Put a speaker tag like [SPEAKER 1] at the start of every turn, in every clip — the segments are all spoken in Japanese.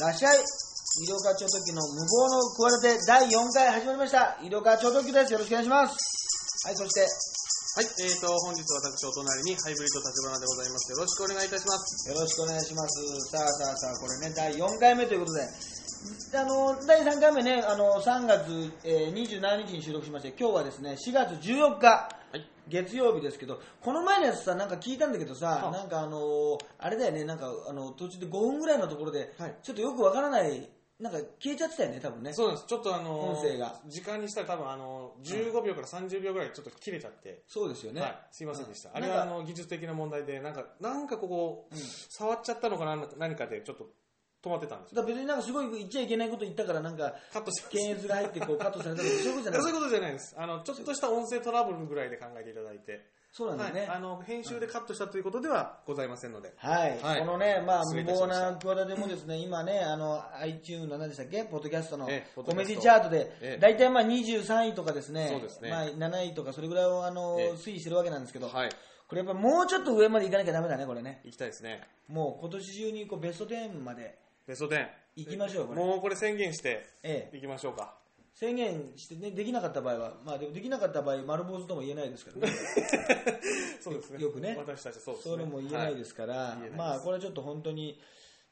[SPEAKER 1] らっしゃい医療課長特急の無謀の食われて第4回始まりました医療課長特急ですよろしくお願いしますはいそしてよ
[SPEAKER 2] はい、えーと、本日私、お隣にハイブリッド立花でございます。よろしくお願いいたします。
[SPEAKER 1] ろしくお願いしますさあさあさあこれね第4回目ということであの第3回目ねあの3月、えー27日に収録しまして今日はですね4月14日
[SPEAKER 2] はい。
[SPEAKER 1] 月曜日ですけどこの前のやつさなんか聞いたんだけどさ
[SPEAKER 2] あ
[SPEAKER 1] なんかあのーあれだよねなんかあの途中で5分ぐらいのところで、
[SPEAKER 2] はい
[SPEAKER 1] ちょっとよくわからないなんか消えちゃってたよね多分ね
[SPEAKER 2] そうなんです。ちょっとあのー
[SPEAKER 1] 音声が
[SPEAKER 2] 時間にしたら多分あのー、15秒から30秒ぐらいちょっと切れちゃって。
[SPEAKER 1] そうですよね、
[SPEAKER 2] はい、すいませんでした。
[SPEAKER 1] うん
[SPEAKER 2] あれは
[SPEAKER 1] な
[SPEAKER 2] あ
[SPEAKER 1] んか
[SPEAKER 2] の技術的な問題で、なんか、なんかここ、
[SPEAKER 1] うん
[SPEAKER 2] 触っちゃったのかな、何かでちょっと止まってたんです
[SPEAKER 1] だ
[SPEAKER 2] よ。
[SPEAKER 1] から別になんかすごい言っちゃいけないこと言ったからなんか
[SPEAKER 2] カットしました。
[SPEAKER 1] 検閲が入ってこうカットされたとかそういうことじゃない
[SPEAKER 2] そういうことじゃないです。あの、ちょっとした音声トラブルぐらいで考えていただいて。
[SPEAKER 1] そうなんだよ
[SPEAKER 2] はい。
[SPEAKER 1] ね
[SPEAKER 2] あの、編集でカットしたということではございませんので。
[SPEAKER 1] はい、
[SPEAKER 2] はい
[SPEAKER 1] このね、まあ、
[SPEAKER 2] 失礼
[SPEAKER 1] 無
[SPEAKER 2] いたし
[SPEAKER 1] 謀
[SPEAKER 2] ました
[SPEAKER 1] な企てもですね、今ね、あの、iTunes の何でしたっけ、ポッドキャストの
[SPEAKER 2] ええポッ
[SPEAKER 1] コ
[SPEAKER 2] ドキ
[SPEAKER 1] メ
[SPEAKER 2] ャスト
[SPEAKER 1] ディチャートで
[SPEAKER 2] ええ、
[SPEAKER 1] 大体まあ23位とかですね、
[SPEAKER 2] そうですね
[SPEAKER 1] まあ7位とか、それぐらいをあの、
[SPEAKER 2] ええ
[SPEAKER 1] 推移してるわけなんですけど、
[SPEAKER 2] はい。
[SPEAKER 1] これやっぱもうちょっと上まで行かなきゃダメだね、これね。
[SPEAKER 2] 行きたいですね。
[SPEAKER 1] もう今年中にこうベスト10まで
[SPEAKER 2] ベスト10。
[SPEAKER 1] 行きましょう、これ。
[SPEAKER 2] もうこれ宣言して
[SPEAKER 1] ええ、
[SPEAKER 2] いきましょうか。
[SPEAKER 1] 宣言してね、できなかった場合は、まあでもできなかった場合、丸坊主とも言えないですけどね。
[SPEAKER 2] そうですね。
[SPEAKER 1] よく ね
[SPEAKER 2] 私たちそうですね。。
[SPEAKER 1] それも言えないですすから、
[SPEAKER 2] い言えないです
[SPEAKER 1] まあこれはちょっと本当に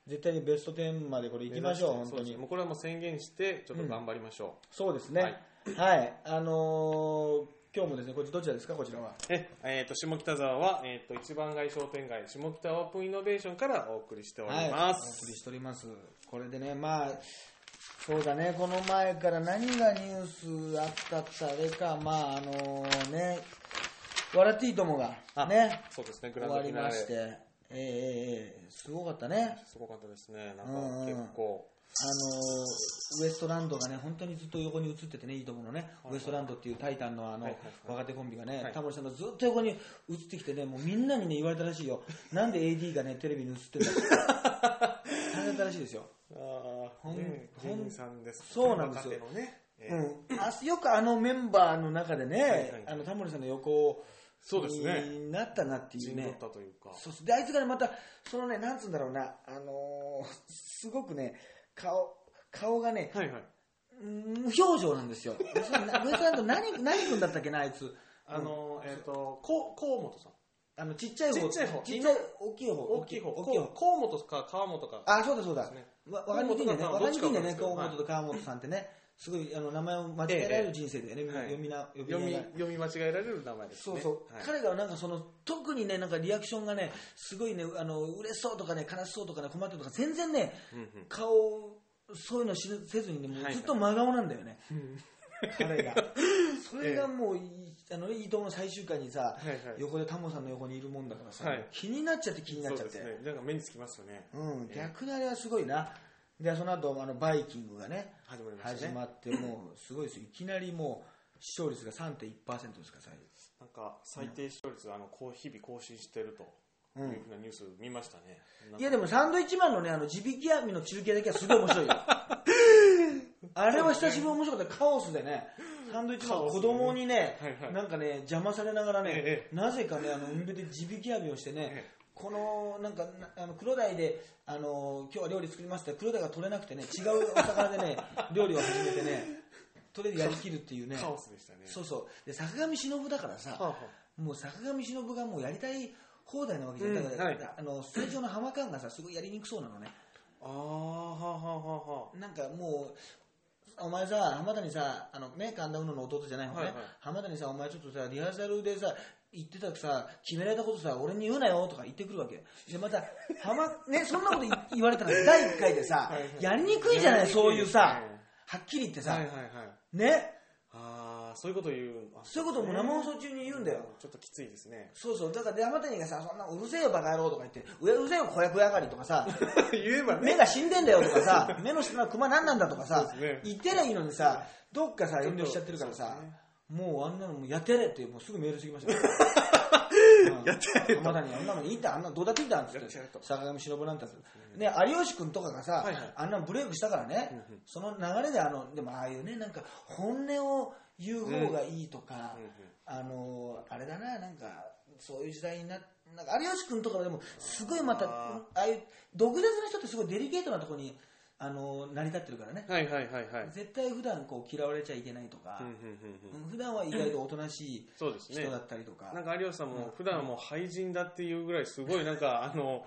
[SPEAKER 1] 絶対にベスト10までこれ行
[SPEAKER 2] 行
[SPEAKER 1] きましょう本当に
[SPEAKER 2] もうこれはもう宣言して、ちょっと頑張りましょ
[SPEAKER 1] そうですねはい、あのー今日もですねこっちどちらですかこちらは
[SPEAKER 2] う。え、えっと、下北沢は、えっと、一番街商店街、下北オープンイノベーションからお送りしてお
[SPEAKER 1] はい
[SPEAKER 2] り
[SPEAKER 1] お
[SPEAKER 2] ます。
[SPEAKER 1] 送りしておりますこれでねまあそうだねこの前から何がニュースあったってあれかまああのーね「笑っていいとも」が
[SPEAKER 2] あ
[SPEAKER 1] ね
[SPEAKER 2] そうですね、グラ
[SPEAKER 1] 終
[SPEAKER 2] ンド
[SPEAKER 1] わ
[SPEAKER 2] フ
[SPEAKER 1] り
[SPEAKER 2] ィナ
[SPEAKER 1] ま
[SPEAKER 2] ーレ。
[SPEAKER 1] し
[SPEAKER 2] す
[SPEAKER 1] てええええええすごかったね
[SPEAKER 2] ごかったですね。なんか
[SPEAKER 1] うんうん
[SPEAKER 2] 結構。
[SPEAKER 1] あのウエストランドがね、本当にずっと横に映っててね、いいとこのね、ウエストランドっていうタイタンのあの、
[SPEAKER 2] はいはいはい
[SPEAKER 1] 若手コンビがね
[SPEAKER 2] は、い
[SPEAKER 1] タモリさんのずっと横に映ってきてね、もうみんなにね、言われたらしいよ。なんで AD がね、テレビに映ってんだって。言われたらしいですよ。
[SPEAKER 2] ああ、
[SPEAKER 1] ん
[SPEAKER 2] ね
[SPEAKER 1] ほん
[SPEAKER 2] 芸人さんです。
[SPEAKER 1] そうなんですよ
[SPEAKER 2] 若手のね。 え
[SPEAKER 1] う
[SPEAKER 2] ー
[SPEAKER 1] ん、あよくあのメンバーの中でね、
[SPEAKER 2] はいはい
[SPEAKER 1] あのタモリさんの横
[SPEAKER 2] そうですね
[SPEAKER 1] になったなっていう
[SPEAKER 2] 陣取
[SPEAKER 1] ね
[SPEAKER 2] ったというか。
[SPEAKER 1] そうそうであいつがねまたそのねなんつうんだろうなあのーすごくね顔顔がね、
[SPEAKER 2] はいはい。
[SPEAKER 1] うん無表情なんですよ。ウエストランド何何君だったっけなあいつ。
[SPEAKER 2] あの、えっと、こ河本さん。
[SPEAKER 1] あのちっちゃい方。
[SPEAKER 2] ちっちゃい方
[SPEAKER 1] ちっちゃい大きい方。
[SPEAKER 2] 大きい方。
[SPEAKER 1] 大きい
[SPEAKER 2] こ
[SPEAKER 1] 方。
[SPEAKER 2] 河本か川本か。
[SPEAKER 1] あそうだそうだ
[SPEAKER 2] ですね。
[SPEAKER 1] わわかりにくいんだよね。わ
[SPEAKER 2] 河本と川本
[SPEAKER 1] かりにくいんだよ
[SPEAKER 2] ど
[SPEAKER 1] ね。
[SPEAKER 2] っちか
[SPEAKER 1] 河
[SPEAKER 2] わかんない
[SPEAKER 1] 本
[SPEAKER 2] ですけど
[SPEAKER 1] と川本さんってね。すごいあの名前を間違えられる人生だよね。みんな
[SPEAKER 2] はい
[SPEAKER 1] 読みな呼び名
[SPEAKER 2] 読
[SPEAKER 1] が
[SPEAKER 2] み読み間違えられる名前です
[SPEAKER 1] そ
[SPEAKER 2] ね。
[SPEAKER 1] うそう、
[SPEAKER 2] はい
[SPEAKER 1] 彼がなんかその特にねなんかリアクションがねすごいねあの嬉しそうとかね悲しそうとかね困ってるとか全然ね
[SPEAKER 2] うんうん
[SPEAKER 1] 顔そういうのしせずにねもう
[SPEAKER 2] はい
[SPEAKER 1] ずっと真顔なんだよね、
[SPEAKER 2] うん
[SPEAKER 1] 彼 がそれがもういいあのね伊藤の最終回にさ、
[SPEAKER 2] はいはい
[SPEAKER 1] 横でタモさんの横にいるもんだからさ、
[SPEAKER 2] はい
[SPEAKER 1] 気になっちゃって気になっち
[SPEAKER 2] そ
[SPEAKER 1] ゃ
[SPEAKER 2] う
[SPEAKER 1] っ
[SPEAKER 2] で
[SPEAKER 1] て
[SPEAKER 2] すね。なんか目につきますよね。
[SPEAKER 1] うん、
[SPEAKER 2] ええ
[SPEAKER 1] 逆にあれはすごいなでその後あのバイキングがね
[SPEAKER 2] 始まりました
[SPEAKER 1] 始
[SPEAKER 2] ね。
[SPEAKER 1] まってもうすごいですいきなりもう視聴率が3.1%ですから最後
[SPEAKER 2] なんか最低視聴率あのこう日々更新してるというふうなニュース見ましたね。
[SPEAKER 1] いやでもサンドイッチマンのねあの地引き網の中継だけはすごい面白い よあれは久しぶりに面白かったカオスでねサンドイッチマン子供にね
[SPEAKER 2] カオスでねはいはい
[SPEAKER 1] なんかね邪魔されながらね、
[SPEAKER 2] え
[SPEAKER 1] なぜかねあの海辺で地引き網をしてね、
[SPEAKER 2] え
[SPEAKER 1] このなんかなあの黒鯛であの今日は料理作りますって黒鯛が取れなくてね違うお魚で ね料理を始めてねとりあえずやりきるっていうね
[SPEAKER 2] カオスでしたね。
[SPEAKER 1] そうそうで坂上忍だからさ、
[SPEAKER 2] はあは
[SPEAKER 1] もう坂上忍がもうやりたい放題なわけじゃん、
[SPEAKER 2] うん
[SPEAKER 1] だから、
[SPEAKER 2] はい
[SPEAKER 1] あの最初の浜感がさすごいやりにくそうなのね
[SPEAKER 2] ああはあはあはあ。
[SPEAKER 1] なんかもうお前さ浜谷さあのね神田うのの弟じゃない方ね、
[SPEAKER 2] はいはい
[SPEAKER 1] 浜谷さお前ちょっとさリハーサルでさ言ってたさ決められたことさ俺に言うなよとか言ってくるわけでまた浜ねそんなこと言 言われたら第1回でさ
[SPEAKER 2] はいはい
[SPEAKER 1] やりにくいじゃない
[SPEAKER 2] やりにくいですね
[SPEAKER 1] そういうさはっきり言ってさ、
[SPEAKER 2] はいはいはい。
[SPEAKER 1] ね
[SPEAKER 2] ああそういうこと言う。あ
[SPEAKER 1] そういうことも生放送中に言うんだよ。。
[SPEAKER 2] ちょっときついですね
[SPEAKER 1] そうそうだからで浜谷がさそんなうるせえよバカ野郎とか言ってうやうるせえよ子役上がりとかさ
[SPEAKER 2] 言えばね。
[SPEAKER 1] 目が死んでんだよとかさ、目の下のクマ何なんだとかさ
[SPEAKER 2] そうですね、
[SPEAKER 1] 言ってりゃいいのにさ、どっかさ、遠慮しちゃってるから
[SPEAKER 2] そ
[SPEAKER 1] さ
[SPEAKER 2] うですね、
[SPEAKER 1] もうあんなのもうやってやれって、もうすぐメールしてきま したよ。やってやれ浜田にあんなのいいってあんなのどうだっていいんだっつっ
[SPEAKER 2] やっててやれと
[SPEAKER 1] 坂上忍なんてやつね有吉君とかがさ
[SPEAKER 2] はいはい
[SPEAKER 1] あんなのブレイクしたからねその流れであのでもああいうねなんか本音を言う方がいいとか
[SPEAKER 2] うんうんうん
[SPEAKER 1] あのあれだななんかそういう時代にななんか有吉君とかはでもすごいまた
[SPEAKER 2] あ
[SPEAKER 1] ああいう毒舌の人ってすごいデリケートなところにあの成り立ってるからね、
[SPEAKER 2] はいはいはいはい。
[SPEAKER 1] 絶対普段こう嫌われちゃいけないとか
[SPEAKER 2] うん、うんうんうん
[SPEAKER 1] うん普段は意外とおとなしい
[SPEAKER 2] そうですね
[SPEAKER 1] 人だ。ったりとか、
[SPEAKER 2] なんか有吉さんも普段はもう廃人だっていうぐらいすごいなんかあの、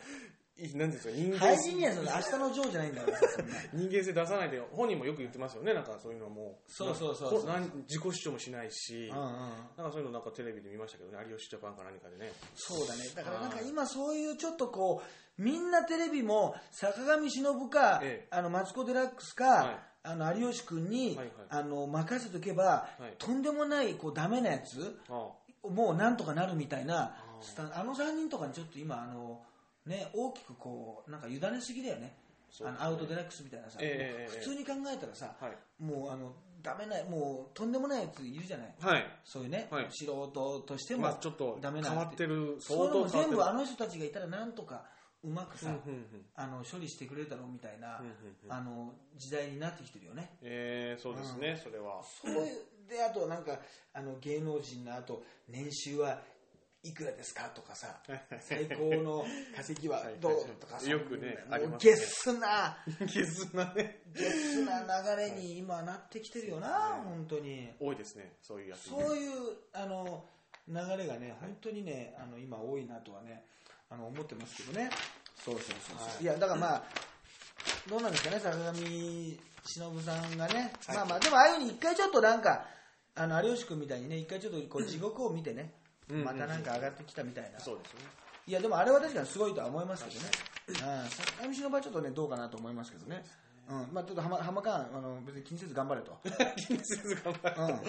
[SPEAKER 2] いなんですか人間
[SPEAKER 1] 配信にはその明日のジョーじゃないんだ からさそんな
[SPEAKER 2] 人間性出さないで本人もよく言ってますよねなんかそういうのも
[SPEAKER 1] そうそうそうそう
[SPEAKER 2] なんなん自己主張もしないし、
[SPEAKER 1] うんうん
[SPEAKER 2] なんかそういうのなんかテレビで見ましたけどね有吉ジャパンか何かでね
[SPEAKER 1] そうだね。だからなんか今そういうちょっとこう、みんなテレビも坂上忍か、
[SPEAKER 2] ええ
[SPEAKER 1] あの、マツコ・デラックスか、
[SPEAKER 2] はい
[SPEAKER 1] あの、有吉君に、
[SPEAKER 2] はいはい
[SPEAKER 1] あの、任せとけば、
[SPEAKER 2] い
[SPEAKER 1] とんでもない、こう、ダメなやつ、
[SPEAKER 2] あ
[SPEAKER 1] もうなんとかなるみたいな
[SPEAKER 2] あ、ー
[SPEAKER 1] スタンあの3人とかにちょっと今、あの、ね、大きくこう、なんか委ねすぎだよね。
[SPEAKER 2] そう
[SPEAKER 1] あ
[SPEAKER 2] です
[SPEAKER 1] の
[SPEAKER 2] ね
[SPEAKER 1] アウトデラックスみたいなさ、
[SPEAKER 2] ええええ
[SPEAKER 1] 普通に考えたらさ、
[SPEAKER 2] はい
[SPEAKER 1] もうあの、ダメない、もうとんでもないやついるじゃない。
[SPEAKER 2] はい
[SPEAKER 1] そういうね、
[SPEAKER 2] はい
[SPEAKER 1] 素人としても、
[SPEAKER 2] まあちょっと
[SPEAKER 1] ダ
[SPEAKER 2] 変
[SPEAKER 1] メな
[SPEAKER 2] わってる
[SPEAKER 1] そうい
[SPEAKER 2] 相
[SPEAKER 1] うのも
[SPEAKER 2] 当変わっ
[SPEAKER 1] 全
[SPEAKER 2] て
[SPEAKER 1] 部
[SPEAKER 2] る
[SPEAKER 1] あの人たちがいたらなんとかうまくさ、
[SPEAKER 2] うんうんうん
[SPEAKER 1] あの処理してくれるだろうみたいな、
[SPEAKER 2] うんうんうん
[SPEAKER 1] あの時代になってきてるよね。
[SPEAKER 2] えー、そうですね、それは
[SPEAKER 1] そういうであとなんかあの芸能人のあと年収はいくらですかとか さ最高の稼ぎはどうとかさ
[SPEAKER 2] よくねあり
[SPEAKER 1] もう
[SPEAKER 2] ますね
[SPEAKER 1] ゲスな
[SPEAKER 2] ゲスなね
[SPEAKER 1] ゲスな流れに今なってきてるよ な、本当に
[SPEAKER 2] 多いですねそういうやつ
[SPEAKER 1] そういうあの流れがね本当にねあの今多いなとはねあの思ってますけどね
[SPEAKER 2] そうそうそう
[SPEAKER 1] い、やだからまあどうなんですかね坂上忍さんがね、
[SPEAKER 2] はい
[SPEAKER 1] まあまあでもああいうふうに一回ちょっとなんかあの有吉君みたいにね一回ちょっとこう地獄を見てね、
[SPEAKER 2] うん
[SPEAKER 1] またなんか上がってきたみたいな、
[SPEAKER 2] そうですね
[SPEAKER 1] いやでもあれは確かにすごいとは思いますけどね、うん、坂上忍はちょっとねどうかなと思いますけどねうんまあ、ちょっと浜浜間あの別に気にせず頑張れと、うん、
[SPEAKER 2] 気にせず頑張る
[SPEAKER 1] あんなの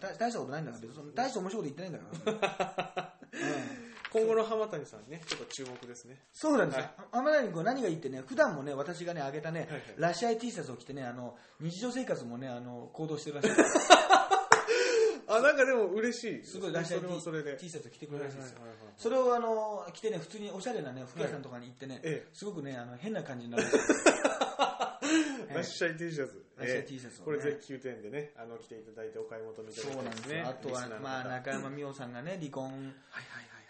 [SPEAKER 1] 大大したことないんだから別に大した面白いこと言ってないんだから、 うん
[SPEAKER 2] 今後の浜谷さんねちょっと注目ですね
[SPEAKER 1] そうなんです、
[SPEAKER 2] はい
[SPEAKER 1] 浜谷君、何がいいってね、普段もね、私がね、あげたね、
[SPEAKER 2] はい
[SPEAKER 1] ラッシュアイ T シャツを着てね、あの日常生活もね、あの行動して るらしいです
[SPEAKER 2] あなんかでも嬉しい
[SPEAKER 1] すごいラッシュア
[SPEAKER 2] それもそれで
[SPEAKER 1] イ T, T シャツを着てくれるらしいですよ。
[SPEAKER 2] はいはいはいはい
[SPEAKER 1] それをあの着てね、普通におしゃれなね、服屋さんとかに行ってね、
[SPEAKER 2] ええ
[SPEAKER 1] すごくね、あの変な感じに なるらしいです
[SPEAKER 2] ラッシャイ T シャツ。
[SPEAKER 1] ラッシャイ T シャツをね
[SPEAKER 2] これぜひ9点でね、あの、着ていただいてお買い求めいただ
[SPEAKER 1] そう
[SPEAKER 2] き
[SPEAKER 1] な
[SPEAKER 2] たい
[SPEAKER 1] んで
[SPEAKER 2] で
[SPEAKER 1] すすよ
[SPEAKER 2] ね。。
[SPEAKER 1] あとは
[SPEAKER 2] リスナー、の方
[SPEAKER 1] まあ、
[SPEAKER 2] はい
[SPEAKER 1] 中山美穂さんがね、離婚
[SPEAKER 2] はいはい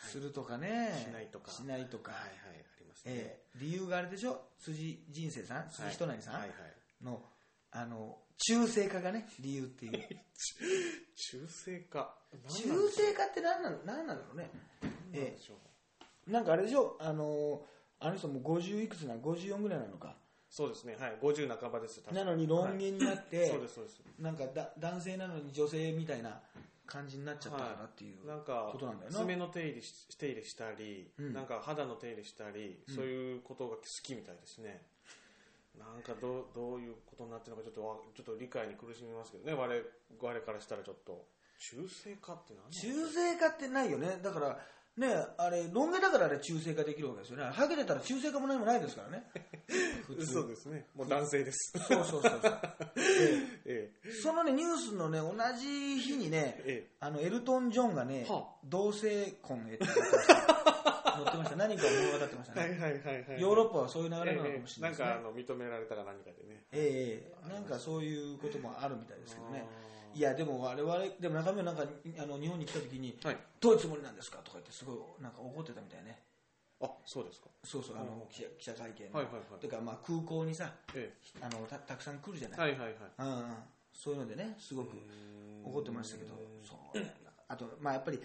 [SPEAKER 1] するとかね、
[SPEAKER 2] しないとか
[SPEAKER 1] しないとか
[SPEAKER 2] はい。はい。はいはい、ありますね。
[SPEAKER 1] ええ理由があれでしょ、辻人生さん、辻仁成さん、
[SPEAKER 2] はいはい。
[SPEAKER 1] のあの中性化がね、理由っていう。
[SPEAKER 2] 中性化。
[SPEAKER 1] 中
[SPEAKER 2] 何なんでしょ
[SPEAKER 1] 性化って何なの何なんだろうね、
[SPEAKER 2] う
[SPEAKER 1] え
[SPEAKER 2] 何でしょう
[SPEAKER 1] えなんかあれでしょあのーあの人もう50いくつなの54ぐらいなのか
[SPEAKER 2] そうですね。はい。50半ばです。確
[SPEAKER 1] な
[SPEAKER 2] か
[SPEAKER 1] のに論言になって、
[SPEAKER 2] はいそうです、そうです。
[SPEAKER 1] なんかだ男性なのに女性みたいな感じになっちゃったかなっていう、
[SPEAKER 2] なんか
[SPEAKER 1] ことなんだよな
[SPEAKER 2] 爪の手入れし手入れしたり、
[SPEAKER 1] うん
[SPEAKER 2] なんか肌の手入れしたり、そういうことが好きみたいですねなんかどうどういうことになってるのかちょっとわちょっと理解に苦しみますけどね我我からしたらちょっと中性化って何
[SPEAKER 1] 中性化ってないよねだからねあれロン毛だからあれ中性化できるわけですよねハゲてたら中性化も何もないですからね普通
[SPEAKER 2] そうですねもう男性です
[SPEAKER 1] そうそうそうそう
[SPEAKER 2] ええ
[SPEAKER 1] そのねニュースのね同じ日にね、
[SPEAKER 2] ええ
[SPEAKER 1] あのエルトン・ジョンがね、
[SPEAKER 2] は
[SPEAKER 1] 同性婚へって載ってま した何か物語ってましたね、
[SPEAKER 2] はいはいはいはい
[SPEAKER 1] ヨーロッパはそういう流
[SPEAKER 2] え
[SPEAKER 1] れなのか
[SPEAKER 2] え
[SPEAKER 1] もしれなで
[SPEAKER 2] ないん
[SPEAKER 1] すね
[SPEAKER 2] かあの認められたら何かでね
[SPEAKER 1] ええなんかそういうこともあるみたいですけどね
[SPEAKER 2] あー
[SPEAKER 1] いやでも我々でも中身はなんかあの日本に来た時に、
[SPEAKER 2] はい
[SPEAKER 1] どういうつもりなんですかとか言ってすごいなんか怒ってたみたいね
[SPEAKER 2] あそうですか
[SPEAKER 1] そうそうあ
[SPEAKER 2] うん
[SPEAKER 1] の記者記者会見
[SPEAKER 2] はいはいはい
[SPEAKER 1] てかまあ空港にさ
[SPEAKER 2] え
[SPEAKER 1] あのたたくさん来るじゃ
[SPEAKER 2] え
[SPEAKER 1] ない、
[SPEAKER 2] はいはいはい
[SPEAKER 1] うんうん、そういうのでねすごく怒ってましたけどそうねあとまあやっぱり